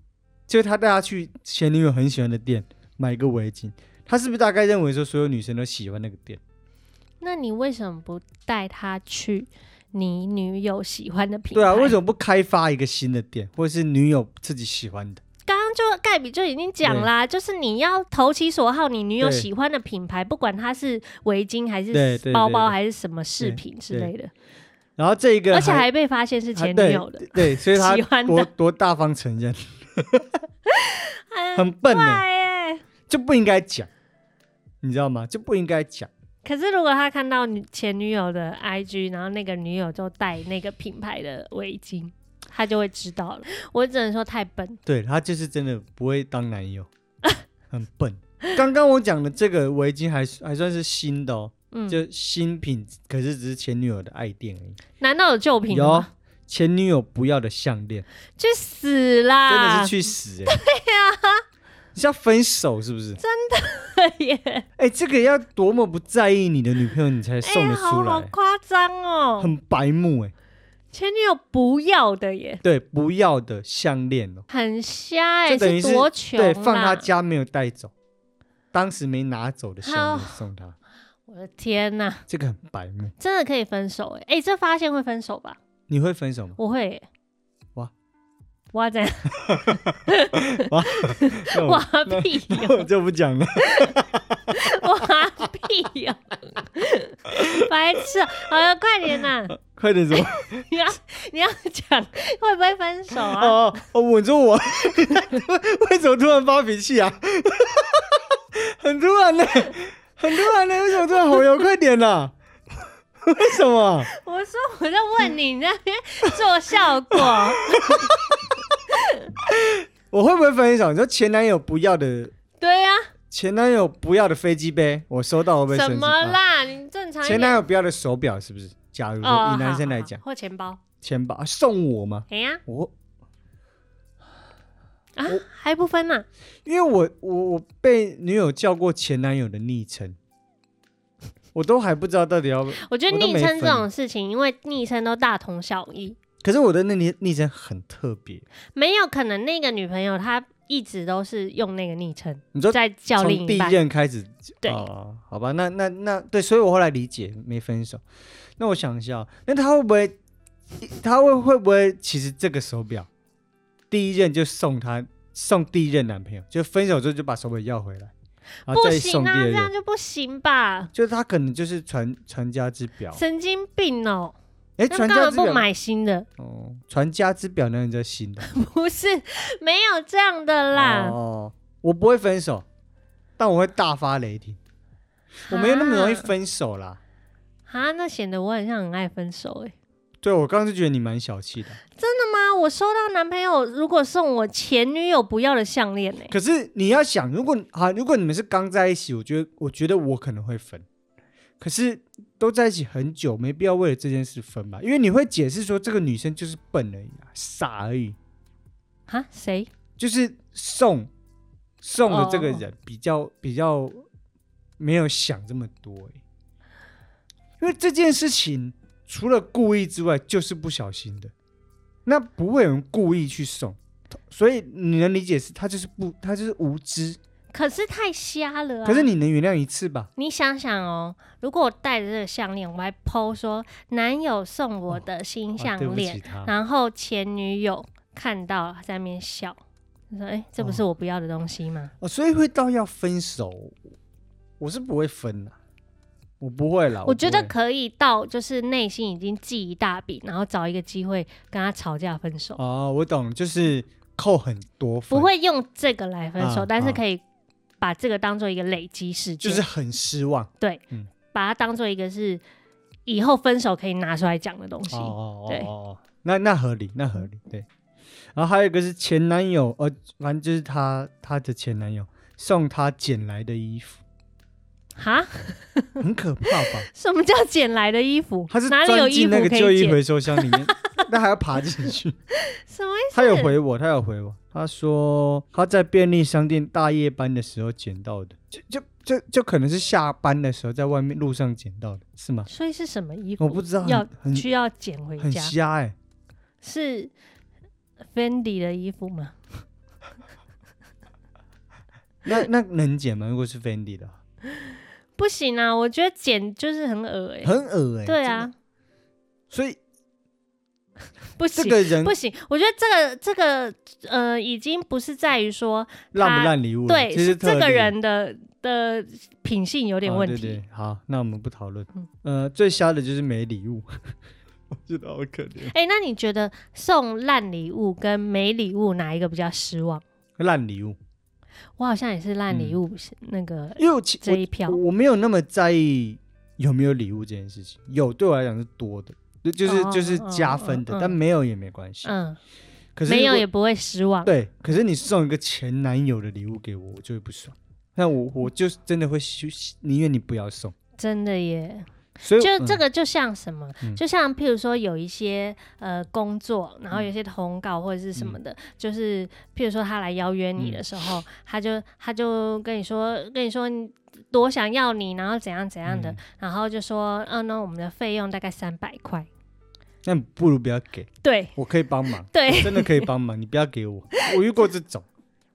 Speaker 1: 就是他带他去前女友很喜欢的店买一个围巾，他是不是大概认为说所有女生都喜欢那个店？
Speaker 2: 那你为什么不带他去你女友喜欢的品牌？哦
Speaker 1: 对啊，为什
Speaker 2: 么？
Speaker 1: 么不开发一个新的店，或者是女友自己喜欢的？
Speaker 2: 刚刚就盖比就已经讲啦，就是你要投其所好，你女友
Speaker 1: 对
Speaker 2: 喜欢的品牌，不管它是围巾还
Speaker 1: 对
Speaker 2: 是
Speaker 1: 对
Speaker 2: 包
Speaker 1: 对
Speaker 2: 包
Speaker 1: 对
Speaker 2: 还是什么饰
Speaker 1: 对
Speaker 2: 品之类的，
Speaker 1: 然后这一个
Speaker 2: 而且还被发现是前
Speaker 1: 还
Speaker 2: 女友的，
Speaker 1: 啊对，所以他
Speaker 2: 喜欢
Speaker 1: 多
Speaker 2: 的
Speaker 1: 多大方承 认，
Speaker 2: 很
Speaker 1: 很笨呢、
Speaker 2: 怪欸耶。
Speaker 1: 就不应该讲，你知道吗？就不应该讲。
Speaker 2: 可是如果他看到女前女友的 IG，然后那个女友就戴那个品牌的围巾，他就会知道了。我只能说太笨，
Speaker 1: 对他就是真的不会当男 友，很笨。刚刚我讲的这个围巾还还算是新的哦，
Speaker 2: 嗯，
Speaker 1: 就新品，可是只是前女友的爱店而已。
Speaker 2: 难道有旧品的
Speaker 1: 有哦
Speaker 2: 吗？
Speaker 1: 前女友不要的项链，
Speaker 2: 去死啦！
Speaker 1: 真的是去死、欸！啊对呀、你是要分手是不是？
Speaker 2: 耶，
Speaker 1: 哎、这个要多么不在意你的女朋友，你才
Speaker 2: 哎
Speaker 1: 送得
Speaker 2: 好
Speaker 1: 出来，
Speaker 2: 好夸张哦！
Speaker 1: 很白目哎、
Speaker 2: 前女友不要的耶，
Speaker 1: 对，不要的项链哦，
Speaker 2: 很瞎哎、
Speaker 1: 就等于是
Speaker 2: 多穷
Speaker 1: 对，放
Speaker 2: 啦
Speaker 1: 他家没有带走，当时没拿走的项链送他，
Speaker 2: 我的天呐、
Speaker 1: 这个很白目。
Speaker 2: 真的可以分手哎、哎、这发现会分手吧？
Speaker 1: 你会分 手吗？
Speaker 2: 我会、欸
Speaker 1: 哇
Speaker 2: 哇怎样？
Speaker 1: 那我
Speaker 2: 哇屁
Speaker 1: 那
Speaker 2: 哟、
Speaker 1: 我就不讲了。
Speaker 2: 哇屁哟、 白痴啊！好了，快 点呐、
Speaker 1: 快点走！
Speaker 2: 你要你要讲会不会分手啊？
Speaker 1: 哦哦，稳住我！ 为什么突然发脾气啊？ 很突然呢、很突然呢、为什么突然吼油？快点啦！ 为什么？啊
Speaker 2: 我说我在问你，你在那边做效果，
Speaker 1: 我会不会分手？你说前男友不要的，
Speaker 2: 对啊呀、
Speaker 1: 前男友不要的飞机杯，我收到会不会生
Speaker 2: 怎
Speaker 1: 气？
Speaker 2: 么啦？你正常
Speaker 1: 啊
Speaker 2: 一
Speaker 1: 前
Speaker 2: 点
Speaker 1: 男友不要的手表是不是？假如说
Speaker 2: 哦，
Speaker 1: 以男生来
Speaker 2: 好
Speaker 1: 讲
Speaker 2: 好，或钱包，
Speaker 1: 钱包、啊送我吗？
Speaker 2: 哎呀
Speaker 1: 我
Speaker 2: 啊，还不分呐？
Speaker 1: 因为我我我被女友叫过前男友的昵称， 我都还不知道到底要。
Speaker 2: 我觉得
Speaker 1: 我都
Speaker 2: 昵
Speaker 1: 没
Speaker 2: 称这
Speaker 1: 分
Speaker 2: 种事情，因为昵称都大同小异，
Speaker 1: 可是我的那昵昵称很特别，
Speaker 2: 没有可能那个女朋友她一直都是用那个昵称
Speaker 1: 你说
Speaker 2: 在叫另
Speaker 1: 从第
Speaker 2: 一
Speaker 1: 一
Speaker 2: 半。
Speaker 1: 任开始，
Speaker 2: 对
Speaker 1: 哦，好吧，那那那对，所以我后来理解没分手。那我想一下哦，那他会不会，他会会不会其实这个手表，第一任就送他送第一任男朋友，就分手之后就把手表要回来，然后
Speaker 2: 不
Speaker 1: 再
Speaker 2: 行
Speaker 1: 送第
Speaker 2: 啊，
Speaker 1: 二
Speaker 2: 这
Speaker 1: 任
Speaker 2: 样，就不行吧？
Speaker 1: 就是他可能就是传传家之表，
Speaker 2: 神经病哦、
Speaker 1: 哎，
Speaker 2: 那
Speaker 1: 传
Speaker 2: 干
Speaker 1: 家
Speaker 2: 嘛
Speaker 1: 之
Speaker 2: 不
Speaker 1: 表。
Speaker 2: 买新的？
Speaker 1: 哦，传家之表那人在新的
Speaker 2: 不是，没有这样的 啦。
Speaker 1: 哦，我不会分手，但我会大发雷霆。我没有那么容易
Speaker 2: 啊
Speaker 1: 分手啦。
Speaker 2: 啊，那显得我很像很爱分手哎、
Speaker 1: 对，我刚刚就觉得你蛮小气的，
Speaker 2: 真的吗？我收到男朋友如果送我前女友不要的项链欸呢？
Speaker 1: 可是你要想，如果啊，如果你们是刚在一起，我觉得我觉得我可能会分，可是都在一起很久，没必要为了这件事分吧，因为你会解释说这个女生就是笨而已啊，傻而已，
Speaker 2: 啊，谁？
Speaker 1: 就是送送的这个
Speaker 2: 哦
Speaker 1: 人比较比较没有想这么多、欸，因为这件事情除了故意之外，就是不小心的，那不会有人故意去送，所以你能理解是他就是不，他就是无知。
Speaker 2: 可是太瞎了、啊。
Speaker 1: 可是你能原谅一次吧？
Speaker 2: 你想想哦，如果我戴着这个项链，我还剖说男友送我的
Speaker 1: 哇啊哦
Speaker 2: 新
Speaker 1: 对
Speaker 2: 项
Speaker 1: 不
Speaker 2: 链
Speaker 1: 起，他，
Speaker 2: 然后前女友看到在那边笑，你说：“哎、这不是我不要的东西吗
Speaker 1: 哦，所以会到要分手，我是不会分的、我不会啦。？”
Speaker 2: 我觉
Speaker 1: 不
Speaker 2: 得
Speaker 1: 会
Speaker 2: 可以到就是内心已经记一大笔，然后找一个机会跟他吵架分手，
Speaker 1: 哦，我懂，就是扣很多分，
Speaker 2: 不会用这个来分手，
Speaker 1: 啊
Speaker 2: 但是
Speaker 1: 啊
Speaker 2: 可以把这个当做一个累积事件，
Speaker 1: 就是嗯很失望。
Speaker 2: 把它当做一个是以后分手可以拿出来讲的东西。
Speaker 1: 哦哦
Speaker 2: 对
Speaker 1: 哦哦，那那合理，那合理，对。然后还有一个是前男友，呃，反正就是她她的前男友送她捡来的衣服，
Speaker 2: 哈，
Speaker 1: 很可怕吧？
Speaker 2: 什么叫捡来的衣服？
Speaker 1: 她是
Speaker 2: 哪里有
Speaker 1: 钻
Speaker 2: 衣
Speaker 1: 进
Speaker 2: 服
Speaker 1: 那个
Speaker 2: 可
Speaker 1: 旧
Speaker 2: 以
Speaker 1: 衣
Speaker 2: 捡？哎
Speaker 1: 回收箱里面， 那还要爬进 去。
Speaker 2: 什么
Speaker 1: 她有回我，她有回我，她说她在便利商店大夜班的时候捡到的，就就就就可能是下班的时候在外面路上捡到的，是吗
Speaker 2: 意？思？所以是什么衣服？
Speaker 1: 我不知道，
Speaker 2: 要
Speaker 1: 很很
Speaker 2: 需要捡回
Speaker 1: 很
Speaker 2: 家。
Speaker 1: 瞎哎、
Speaker 2: 是 Fendi 的衣服吗？
Speaker 1: 那那能捡吗？如果是 Fendi 的话，
Speaker 2: 不行啊，我觉得剪就是很恶 哎、
Speaker 1: 很恶哎、
Speaker 2: 对啊，
Speaker 1: 所以
Speaker 2: 不
Speaker 1: 这
Speaker 2: 行。
Speaker 1: 个人
Speaker 2: 不行，我觉得这个这个呃，已经不是在于说
Speaker 1: 烂不
Speaker 2: 他
Speaker 1: 烂礼物了，
Speaker 2: 对
Speaker 1: 这是
Speaker 2: 是
Speaker 1: 特
Speaker 2: 这个
Speaker 1: 例
Speaker 2: 人的的品性有点
Speaker 1: 啊
Speaker 2: 问
Speaker 1: 对
Speaker 2: 题。
Speaker 1: 对好，那我们不讨论
Speaker 2: 嗯。
Speaker 1: 呃，最瞎的就是没礼物， 我觉得好可 怜。
Speaker 2: 哎、那你觉得送烂礼物跟没礼物哪一个比较失望？
Speaker 1: 烂礼物，
Speaker 2: 我好像也是烂礼
Speaker 1: 嗯
Speaker 2: 物、那个
Speaker 1: 因为我其
Speaker 2: 这一票
Speaker 1: 我，我没有那么在意有没有礼物这件事情，有对我来讲是多的，就就是
Speaker 2: 哦
Speaker 1: 就是
Speaker 2: 哦
Speaker 1: 加分的
Speaker 2: 嗯，嗯
Speaker 1: 但没有也没关系。
Speaker 2: 嗯，
Speaker 1: 可是
Speaker 2: 没
Speaker 1: 如
Speaker 2: 有
Speaker 1: 果
Speaker 2: 也不会失望。
Speaker 1: 对，可是你送一个前男友的礼物给我，我就会不爽。那我我就真的会希宁愿你不要送，
Speaker 2: 真的耶，
Speaker 1: 所以
Speaker 2: 就这
Speaker 1: 嗯
Speaker 2: 个就像什么，
Speaker 1: 嗯
Speaker 2: 就像譬如说有一些呃工作，然后
Speaker 1: 嗯
Speaker 2: 有一些通告或者是什么的，就是譬如说他来邀约
Speaker 1: 嗯
Speaker 2: 你的时候，他就他就跟你说跟你说你多想要你，然后怎样怎样的，
Speaker 1: 嗯
Speaker 2: 然后就说嗯、那我们的费用大概三百块，
Speaker 1: 那你不如不要给，
Speaker 2: 对
Speaker 1: 我可以帮忙。
Speaker 2: 对，
Speaker 1: 真的可以帮忙，你不要给我。我遇过这种，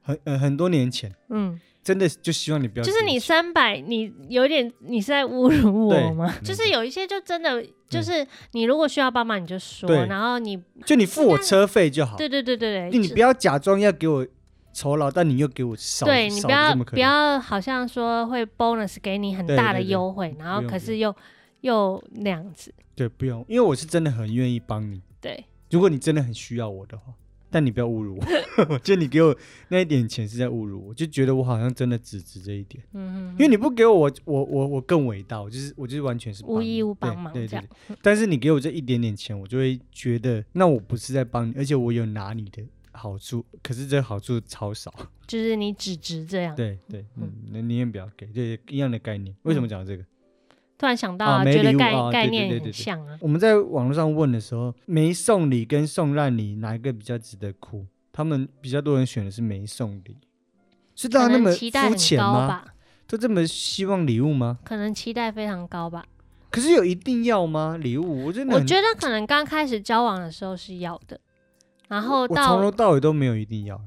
Speaker 1: 很呃很多年前，
Speaker 2: 嗯，
Speaker 1: 真的就希望你不要给
Speaker 2: 就
Speaker 1: 我
Speaker 2: 是
Speaker 1: 钱。
Speaker 2: 你三百，你有点你是在侮辱我
Speaker 1: 对
Speaker 2: 吗？
Speaker 1: 嗯
Speaker 2: 就是有一些就真的就是你如果需要帮忙你就说，
Speaker 1: 对
Speaker 2: 然后你
Speaker 1: 就你付我车费就好，
Speaker 2: 对对对对对，
Speaker 1: 就你不要假装要给我酬劳，但你又给我少，
Speaker 2: 对你
Speaker 1: 少
Speaker 2: 不
Speaker 1: 得
Speaker 2: 要
Speaker 1: 这么可
Speaker 2: 不
Speaker 1: 怜。
Speaker 2: 要，好像说会 bonus 给你很大的
Speaker 1: 对对对
Speaker 2: 优惠，
Speaker 1: 不
Speaker 2: 然后
Speaker 1: 用
Speaker 2: 可
Speaker 1: 不
Speaker 2: 是又又那样子，
Speaker 1: 对，不用，因为我是真的很愿意帮你。
Speaker 2: 对，
Speaker 1: 如果你真的很需要我的话，但你不要侮辱我。 就你给我那一点钱是在侮辱我，就觉得我好像真的只值这一点。
Speaker 2: 嗯，
Speaker 1: 因为你不给我，我我我我更伟大，我就是我就是完全是帮
Speaker 2: 无义
Speaker 1: 你
Speaker 2: 务帮
Speaker 1: 对
Speaker 2: 忙
Speaker 1: 对对
Speaker 2: 这样
Speaker 1: 对但是你给我这一点点钱，我就会觉得那我不是在帮你，而且我有拿你的好处，可是这好处超少。
Speaker 2: 就是你只值这样。
Speaker 1: 对对，嗯，那你也不要给，对一样的概念。为什么
Speaker 2: 嗯
Speaker 1: 讲这个？
Speaker 2: 突然想到、
Speaker 1: 啊没
Speaker 2: 觉得
Speaker 1: 礼物
Speaker 2: 概、
Speaker 1: 啊
Speaker 2: 概
Speaker 1: 对对
Speaker 2: 念
Speaker 1: 对对
Speaker 2: 很
Speaker 1: 对
Speaker 2: 像啊，
Speaker 1: 我们在网络上问的时候，没送礼跟送烂礼哪一个比较值得哭？他们比较多人选的是没送礼，是大
Speaker 2: 可
Speaker 1: 家那
Speaker 2: 能
Speaker 1: 么
Speaker 2: 期待
Speaker 1: 肤
Speaker 2: 很
Speaker 1: 浅
Speaker 2: 高
Speaker 1: 吗？
Speaker 2: 吧，
Speaker 1: 都这么希望礼物吗？
Speaker 2: 可能期待非常高吧。
Speaker 1: 可是有一定要吗？礼物，我真的
Speaker 2: 我
Speaker 1: 很
Speaker 2: 觉得可能刚开始交往的时候是要的，然后
Speaker 1: 我从头
Speaker 2: 到，
Speaker 1: 到尾都没有一定要、欸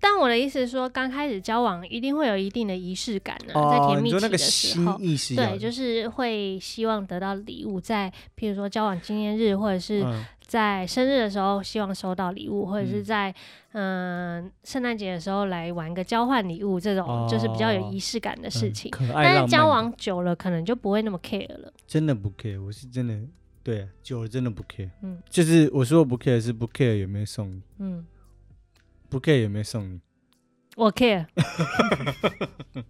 Speaker 2: 但我的意思是说，刚开始交往一定会有一定的仪式感啊，在
Speaker 1: 哦，
Speaker 2: 甜蜜
Speaker 1: 你说
Speaker 2: 期
Speaker 1: 那
Speaker 2: 的
Speaker 1: 个
Speaker 2: 时
Speaker 1: 心
Speaker 2: 候。
Speaker 1: 意是要
Speaker 2: 对，就是会希望得到礼物，在譬如说交往纪念日，或者是
Speaker 1: 嗯
Speaker 2: 在生日的时候，希望收到礼物，或者是
Speaker 1: 嗯
Speaker 2: 在嗯圣诞节的时候来玩个交换礼物，这种就是比较有
Speaker 1: 哦
Speaker 2: 仪式感的事情
Speaker 1: 嗯。可爱浪漫
Speaker 2: 但是
Speaker 1: 的
Speaker 2: 交往久了，可能就不会那么 care 了。
Speaker 1: 真的不 care，我是真的对、啊、久了真的不 care。
Speaker 2: 嗯
Speaker 1: 就是我说我不 care 是不 care 有没有送你，
Speaker 2: 嗯，
Speaker 1: 不 care 有没有送你。
Speaker 2: 我 care，
Speaker 1: 哦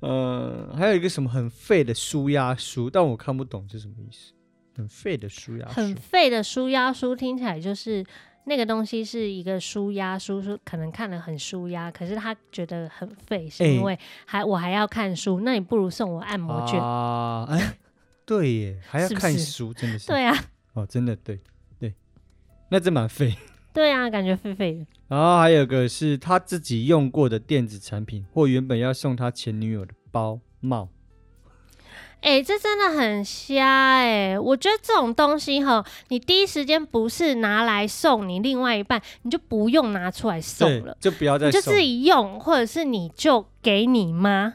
Speaker 1: 呃，还有一个什么很废的舒压书，但我看不懂是什么意思。很废的舒压
Speaker 2: 很
Speaker 1: 书，
Speaker 2: 废的舒压书，听起来就是。那个东西是一个舒压书，是可能看了很舒压，可是他觉得很废，是因
Speaker 1: 哎
Speaker 2: 为还、我还要看书，那你不如送我按摩卷。
Speaker 1: 啊，哎，对耶，还要
Speaker 2: 是不
Speaker 1: 看
Speaker 2: 是
Speaker 1: 书，真的是
Speaker 2: 对啊，
Speaker 1: 哦，真的对对，那真蛮废。
Speaker 2: 对啊，感觉废废的。
Speaker 1: 然后还有个是他自己用过的电子产品，或原本要送他前女友的包帽，
Speaker 2: 哎、这真的很瞎哎、我觉得这种东西哈，你第一时间不是拿来送你另外一半，你就不用拿出来
Speaker 1: 对
Speaker 2: 送了，，
Speaker 1: 就不要再
Speaker 2: 你就
Speaker 1: 送
Speaker 2: 自。己用，或者是你就给你妈。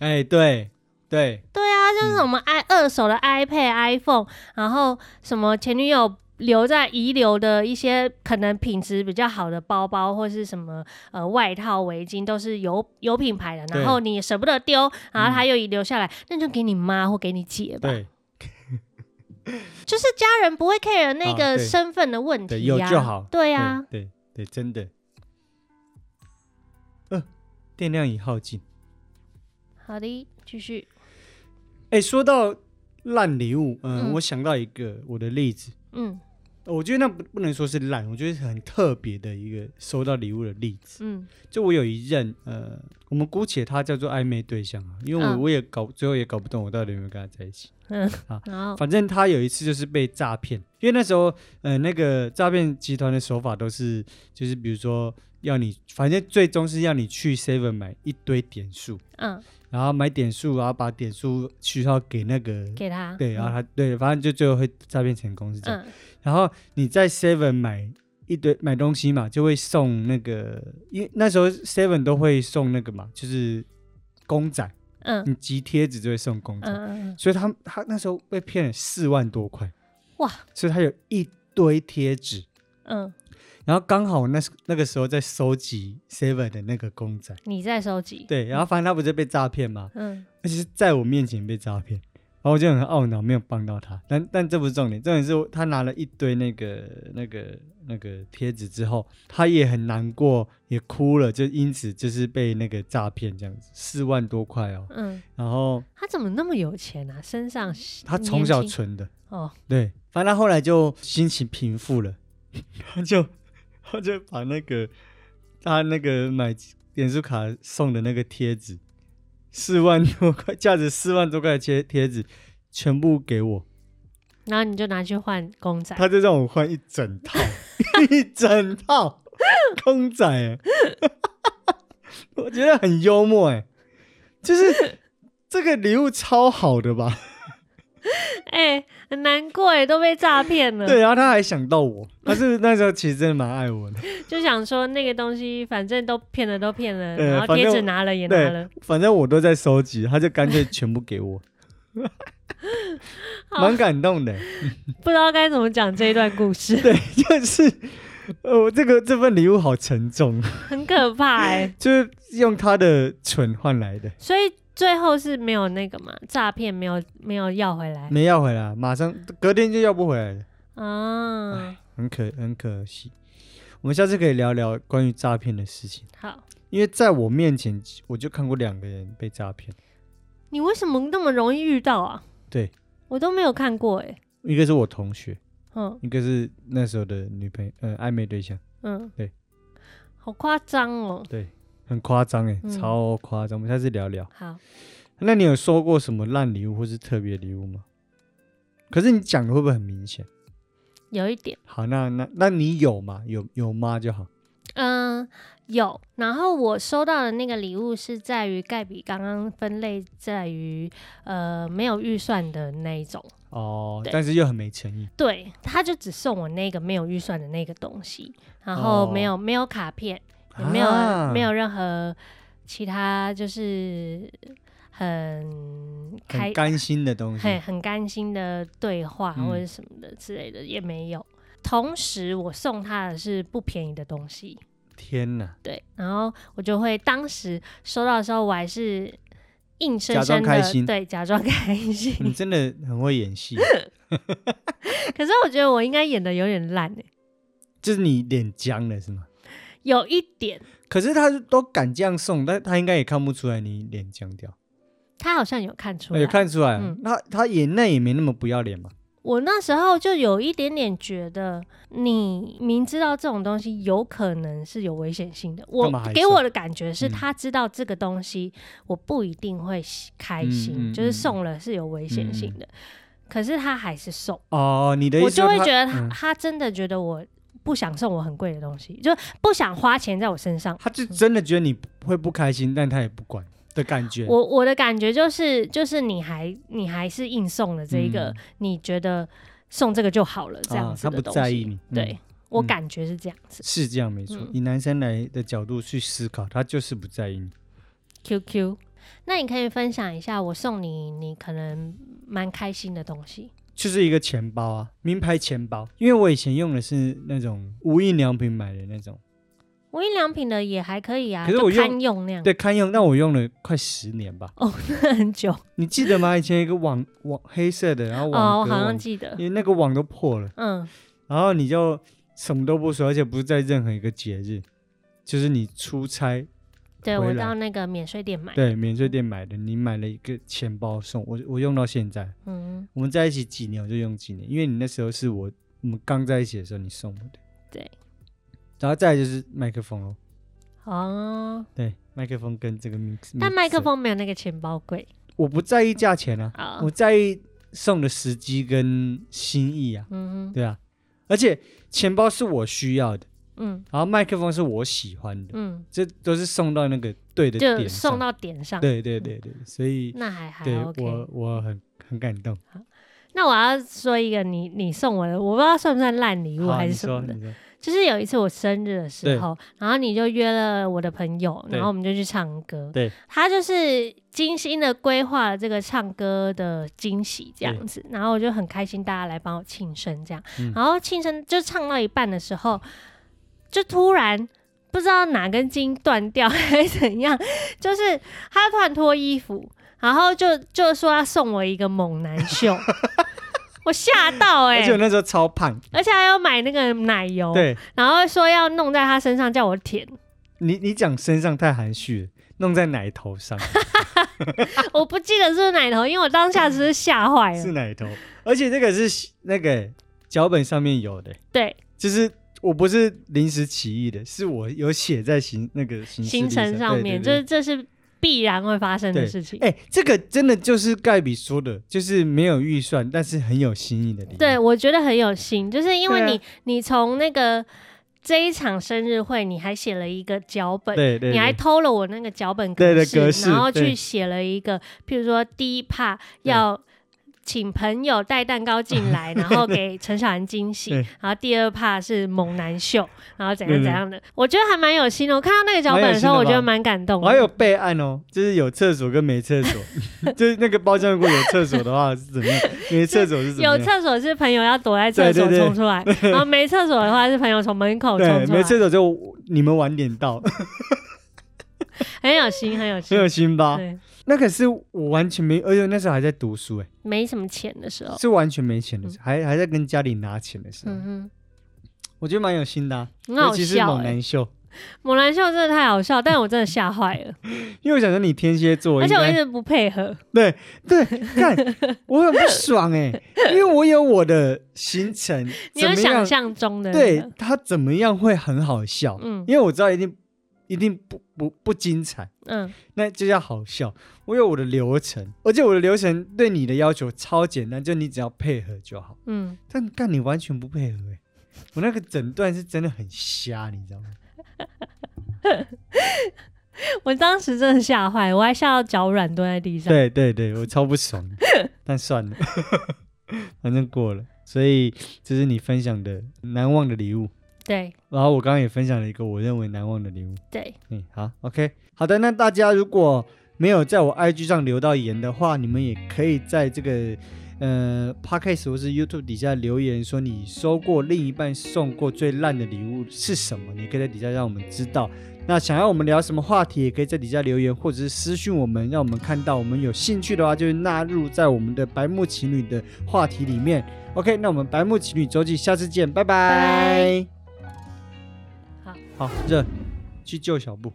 Speaker 1: 哎、对对，
Speaker 2: 对啊，就是我们 i 二手的 iPad、iPhone，然后什么前女友留在遗留的一些可能品质比较好的包包或是什么呃外套、围巾，都是有有品牌的，
Speaker 1: 对
Speaker 2: 然后你也舍不得丢，然后他又遗留下来，那就给你妈或给你姐吧。
Speaker 1: 对
Speaker 2: 就是家人不会 care
Speaker 1: 啊
Speaker 2: 那个
Speaker 1: 对
Speaker 2: 身份的问题、
Speaker 1: 对，
Speaker 2: 呀，
Speaker 1: 有就好。
Speaker 2: 对啊
Speaker 1: 对
Speaker 2: 呀、
Speaker 1: 对对，真的。呃，电量已耗尽。
Speaker 2: 好的，继续。
Speaker 1: 哎、说到烂礼物，嗯，
Speaker 2: 嗯
Speaker 1: 我想到一个我的例子，呃
Speaker 2: 嗯
Speaker 1: 我觉得那不不能说是烂，我觉得是很特别的一个收到礼物的例子。
Speaker 2: 嗯
Speaker 1: 就我有一任，呃，我们姑且他叫做暧昧对象啊，因为我、
Speaker 2: 嗯
Speaker 1: 我也搞最后也搞不懂我到底有没有跟他在一起。
Speaker 2: 嗯
Speaker 1: 好，
Speaker 2: 然后
Speaker 1: 反正他有一次就是被诈骗，因为那时候，呃，那个诈骗集团的手法都是，就是比如说要你，反正最终是要你去 Seven 买一堆点数，
Speaker 2: 嗯，
Speaker 1: 然后买点数，然后把点数序号给那个，
Speaker 2: 给他。
Speaker 1: 对，然后他对，反正就最后会诈骗成功是这样。
Speaker 2: 嗯
Speaker 1: 然后你在 Seven 买一堆买东西嘛，就会送那个，因为那时候 Seven 都会送那个嘛，就是公仔，
Speaker 2: 嗯
Speaker 1: 你集贴纸就会送公
Speaker 2: 嗯
Speaker 1: 仔，
Speaker 2: 嗯
Speaker 1: 所以他他那时候被骗了四万多块，
Speaker 2: 哇！
Speaker 1: 所以他有一堆贴纸，
Speaker 2: 嗯，
Speaker 1: 然后刚好我那时那个时候在收集 Seven 的那个公仔，
Speaker 2: 你在收集。
Speaker 1: 对，然后反正他不是被诈骗嘛，
Speaker 2: 嗯
Speaker 1: 而且是在我面前被诈骗，然后我就很懊恼没有帮到他。但但这不是重点，重点是他拿了一堆那个那个那个贴纸之后，他也很难过，也哭了，就因此就是被那个诈骗这样子，四万多块哦。
Speaker 2: 嗯，
Speaker 1: 然后
Speaker 2: 他怎么那么有钱啊？身上
Speaker 1: 嗯他从小
Speaker 2: 年轻
Speaker 1: 存的，
Speaker 2: 哦，
Speaker 1: 对，反正他后来就心情平复了，他 就 他就把那个他那个买点数卡送的那个贴纸，四万多块价值四万多块的贴贴纸，全部给我，
Speaker 2: 然后你就拿去换公仔。
Speaker 1: 他就让我换一整套 一整套公仔欸， 我觉得很幽默哎，就是这个礼物超好的吧？
Speaker 2: 哎、很难过哎，都被诈骗了。
Speaker 1: 对，，然后他还想到我，他是不是那时候其实真的蛮爱我的。
Speaker 2: 就想说那个东西，反正都骗了，都骗了，
Speaker 1: 对
Speaker 2: 然后
Speaker 1: 反
Speaker 2: 贴
Speaker 1: 正
Speaker 2: 纸
Speaker 1: 我
Speaker 2: 拿了也拿
Speaker 1: 对
Speaker 2: 了，，
Speaker 1: 反正我都在收集，他就干脆全部给我，
Speaker 2: 好
Speaker 1: 蛮感动的。
Speaker 2: 不知道该怎么讲这一段故事，
Speaker 1: 对，就是呃，我这个这份礼物好沉重，
Speaker 2: 很可怕哎。
Speaker 1: 就是用他的蠢换来的，
Speaker 2: 所以最后是没有那个嘛，诈骗没有没有要回来
Speaker 1: 没要回来，马上隔天就要不回来了，嗯
Speaker 2: 啊。
Speaker 1: 很可很可惜。我们下次可以聊聊关于诈骗的事情，
Speaker 2: 好，
Speaker 1: 因为在我面前我就看过两个人被诈骗，
Speaker 2: 你为什么那么容易遇到啊？
Speaker 1: 对
Speaker 2: 我都没有看过哎、
Speaker 1: 一个是我同学，
Speaker 2: 嗯
Speaker 1: 一个是那时候的女朋友，呃，暧昧对象，
Speaker 2: 嗯，
Speaker 1: 对，
Speaker 2: 好夸张哦。
Speaker 1: 对，很夸张哎，
Speaker 2: 嗯
Speaker 1: 超夸张。我们下次聊聊。
Speaker 2: 好，
Speaker 1: 那你有收过什么烂礼物或是特别礼物吗？可是你讲的会不会很明显？
Speaker 2: 有一点，
Speaker 1: 好，那那那你有吗？有有吗就好。
Speaker 2: 嗯，有。然后我收到的那个礼物是在于盖比刚刚分类在于呃没有预算的那一种，
Speaker 1: 哦，
Speaker 2: 对
Speaker 1: 但是又很没诚意。
Speaker 2: 对，他就只送我那个没有预算的那个东西，然后没
Speaker 1: 哦
Speaker 2: 有、没有卡片。也没有、
Speaker 1: 啊
Speaker 2: 没有任何其他，就是很开
Speaker 1: 很甘心的东
Speaker 2: 很
Speaker 1: 西。
Speaker 2: 很甘心的对话
Speaker 1: 嗯
Speaker 2: 或者什么的之类的也没有。同时，我送他的是不便宜的东西，
Speaker 1: 天 哪，
Speaker 2: 对，然后我就会当时收到的时候，我还是硬生
Speaker 1: 假装
Speaker 2: 生
Speaker 1: 开
Speaker 2: 的
Speaker 1: 心嗯
Speaker 2: 对假装开心。
Speaker 1: 你真的很会演戏，
Speaker 2: 可是我觉得我应该演的有点烂欸
Speaker 1: 就是你脸僵了是吗？
Speaker 2: 有一点，
Speaker 1: 可是他都敢这样送，但他应该也看不出来你脸僵掉，
Speaker 2: 他好像有看出
Speaker 1: 哎
Speaker 2: 来，
Speaker 1: 有看出来。
Speaker 2: 嗯
Speaker 1: 他他也那也没那么不要脸嘛。
Speaker 2: 我那时候就有一点点觉得，你明知道这种东西有可能是有危险性的，我
Speaker 1: 干嘛还
Speaker 2: 给
Speaker 1: 送
Speaker 2: 我的感觉是
Speaker 1: 嗯
Speaker 2: 他知道这个东西我不一定会喜开心，
Speaker 1: 嗯嗯
Speaker 2: 就是
Speaker 1: 嗯
Speaker 2: 送了是有危险性的，可是他还是送，
Speaker 1: 哦，你的意
Speaker 2: 我
Speaker 1: 思
Speaker 2: 就
Speaker 1: 说
Speaker 2: 会
Speaker 1: 他
Speaker 2: 觉得他、
Speaker 1: 嗯
Speaker 2: 他真的觉得我不想送我很贵的东西，就不想花钱在我身上，
Speaker 1: 他就真的觉得你会不开心，但他也不管。的感觉。
Speaker 2: 我我的感觉就是，就是你还你还是硬送了这一个，
Speaker 1: 嗯
Speaker 2: 你觉得送这个就好了，这样
Speaker 1: 啊，
Speaker 2: 子
Speaker 1: 他
Speaker 2: 的
Speaker 1: 不
Speaker 2: 东西。
Speaker 1: 在意你，嗯
Speaker 2: 对、我
Speaker 1: 嗯
Speaker 2: 感觉是这样子。
Speaker 1: 是这样没错
Speaker 2: 嗯。
Speaker 1: 以男生来的角度去思考，他就是不在意你。
Speaker 2: QQ，那你可以分享一下我送你，你可能蛮开心的东西。
Speaker 1: 就是一个钱包啊，名牌钱包。因为我以前用的是那种无印良品买的那种，
Speaker 2: 无印良品的也还可以啊，
Speaker 1: 可是
Speaker 2: 就
Speaker 1: 我用
Speaker 2: 堪用那样，
Speaker 1: 对，堪用。但我用了快十年吧，
Speaker 2: 很久
Speaker 1: 你记得吗？以前有一个网网黑色的，然后
Speaker 2: 哦，
Speaker 1: 网
Speaker 2: 我
Speaker 1: 格
Speaker 2: 好
Speaker 1: 网
Speaker 2: 像，记得，
Speaker 1: 因为那个网都破了，
Speaker 2: 嗯，
Speaker 1: 然后你就什么都不说，而且不是在任何一个节日，就是你出差
Speaker 2: 对
Speaker 1: 回
Speaker 2: 我
Speaker 1: 来
Speaker 2: 到那个免税店买，
Speaker 1: 对免税店买的，你买了一个钱包送我，我用到现在。
Speaker 2: 嗯，
Speaker 1: 我们在一起几年我就用几年，因为你那时候是我我们刚在一起的时候你送我的。
Speaker 2: 对。
Speaker 1: 然后再来就是麦克风喽，
Speaker 2: 哦，
Speaker 1: 对，麦克风跟这个 mix，
Speaker 2: 但啊麦克
Speaker 1: mixer
Speaker 2: 风没有那个钱包贵
Speaker 1: 我不在意价钱啊，
Speaker 2: 啊
Speaker 1: 我，在意送的时机跟心意啊，
Speaker 2: 嗯哼
Speaker 1: 对啊，而且钱包是我需要的，
Speaker 2: 嗯
Speaker 1: 然后麦克风是我喜欢的，
Speaker 2: 嗯，
Speaker 1: 这都是送到那个对的点
Speaker 2: 就
Speaker 1: 上，
Speaker 2: 送到点上，
Speaker 1: 对对对对，所以
Speaker 2: 那还还
Speaker 1: 对
Speaker 2: OK
Speaker 1: 我。我很很感动。
Speaker 2: 那我要说一个你你送我的，我不知道算不算烂礼物
Speaker 1: 好，啊
Speaker 2: 还
Speaker 1: 你
Speaker 2: 是什
Speaker 1: 说
Speaker 2: 么的
Speaker 1: 你，说，
Speaker 2: 就是有一次我生日的时
Speaker 1: 对
Speaker 2: 候，然后你就约了我的朋友，
Speaker 1: 对
Speaker 2: 然后我们就去唱歌。
Speaker 1: 对，
Speaker 2: 他就是精心的规划了这个唱歌的惊喜这样子，然后我就很开心，大家来帮我庆生这样。
Speaker 1: 嗯
Speaker 2: 然后庆生就唱到一半的时候，就突然。不知道哪根筋断掉 还是怎样，就是他突然脱衣服，然后就就说要送我一个猛男 秀，我吓到哎、
Speaker 1: 而且我那时候超胖，
Speaker 2: 而且还要买那个奶油，
Speaker 1: 对，
Speaker 2: 然后说要弄在他身上叫我舔，
Speaker 1: 你你讲身上太含蓄了，弄在奶头上
Speaker 2: 哎我不记得是不是奶头，因为我当下只是吓坏
Speaker 1: 是
Speaker 2: 了。
Speaker 1: 奶头，而且这个是那个脚本上面有的，
Speaker 2: 对，
Speaker 1: 就是我不是临时起意的，是我有写在行那个行事
Speaker 2: 行
Speaker 1: 历
Speaker 2: 程上面，
Speaker 1: 对对对
Speaker 2: 就是这是必然会发生的
Speaker 1: 对
Speaker 2: 事情。
Speaker 1: 哎、这个真的就是盖比说的，就是没有预算，但是很有新意的礼物。
Speaker 2: 对，我觉得很有心，就是因为
Speaker 1: 对啊
Speaker 2: 你，你从那个这一场生日会，你还写了一个脚本。
Speaker 1: 对对对，
Speaker 2: 你还偷了我那个脚本
Speaker 1: 对
Speaker 2: 格
Speaker 1: 对
Speaker 2: 式，
Speaker 1: 格式
Speaker 2: 然后去
Speaker 1: 对
Speaker 2: 写了一个，譬如说第一 part
Speaker 1: 对
Speaker 2: 要请朋友带蛋糕 进来，然后给陈小涵惊喜
Speaker 1: 对，
Speaker 2: 然后第二 part 是猛男秀，然后怎
Speaker 1: 对
Speaker 2: 样
Speaker 1: 对
Speaker 2: 怎样的，我觉得还蛮有心的。我看到那个脚
Speaker 1: 蛮有
Speaker 2: 本的时候，
Speaker 1: 心的
Speaker 2: 我觉得
Speaker 1: 吧
Speaker 2: 蛮感动
Speaker 1: 我还有
Speaker 2: 的。
Speaker 1: 备案哦，就是有厕所跟没厕所， 就是那个包厢如果有厕所的话是怎么样，没厕所是怎么
Speaker 2: 有
Speaker 1: 样？
Speaker 2: 厕所是朋友要躲在厕所
Speaker 1: 对对 对
Speaker 2: 冲出来，然后没厕所的话是朋友从门口冲啊
Speaker 1: 对，
Speaker 2: 出
Speaker 1: 没
Speaker 2: 来，
Speaker 1: 厕所就你们晚点到，
Speaker 2: 很有心，很有
Speaker 1: 很
Speaker 2: 心
Speaker 1: 有。心啊吧？
Speaker 2: 对，
Speaker 1: 那可是我完全没，而且那时候还在读书、欸，
Speaker 2: 没什么钱的时候，
Speaker 1: 是完全没钱的时候，还还在跟家里拿钱的时候，
Speaker 2: 哦嗯
Speaker 1: 我觉得蛮有心的、啊，
Speaker 2: 哼，很好
Speaker 1: 尤其是
Speaker 2: 笑
Speaker 1: 猛
Speaker 2: 欸。
Speaker 1: 男秀，
Speaker 2: 猛男秀真的太好笑，但我真的吓坏了。
Speaker 1: 因为我想说你天蝎座，
Speaker 2: 而且我一
Speaker 1: 应该
Speaker 2: 直不配合，
Speaker 1: 对对， 看我很不爽哎、因为我有我的行程，怎
Speaker 2: 你有
Speaker 1: 么
Speaker 2: 想
Speaker 1: 样？
Speaker 2: 象中的那
Speaker 1: 对
Speaker 2: 个
Speaker 1: 他怎么样会很好笑？
Speaker 2: 嗯
Speaker 1: 因为我知道一定一定不不不精彩，
Speaker 2: 嗯
Speaker 1: 那就叫好笑。我有我的流程，而且我的流程对你的要求超简单，就你只要配合就好。
Speaker 2: 嗯，
Speaker 1: 但干你完全不配合、欸，我那个诊断是真的很瞎，你知道吗？
Speaker 2: 我当时真的吓坏，我还吓到脚软蹲在地上。
Speaker 1: 对对对，我超不爽的，但算了， 反正过了。所以这是你分享的难忘的礼物，
Speaker 2: 对
Speaker 1: 然后我刚刚也分享了一个我认为难忘的礼物。
Speaker 2: 对，
Speaker 1: 嗯，好，OK，好的，那大家如果没有在我 IG 上留到言的话，你们也可以在这个呃 Podcast 或是 YouTube 底下留言，说你收过另一半送过最烂的礼物是什么，你可以在底下让我们知道。那想要我们聊什么话题，也可以在底下留言，或者是私讯我们，让我们看到。我们有兴趣的话，就会纳入在我们的白木情侣的话题里面。OK，那我们白木情侣周记下次见，拜
Speaker 2: 拜
Speaker 1: 拜。
Speaker 2: 好，
Speaker 1: 好热，去救小布。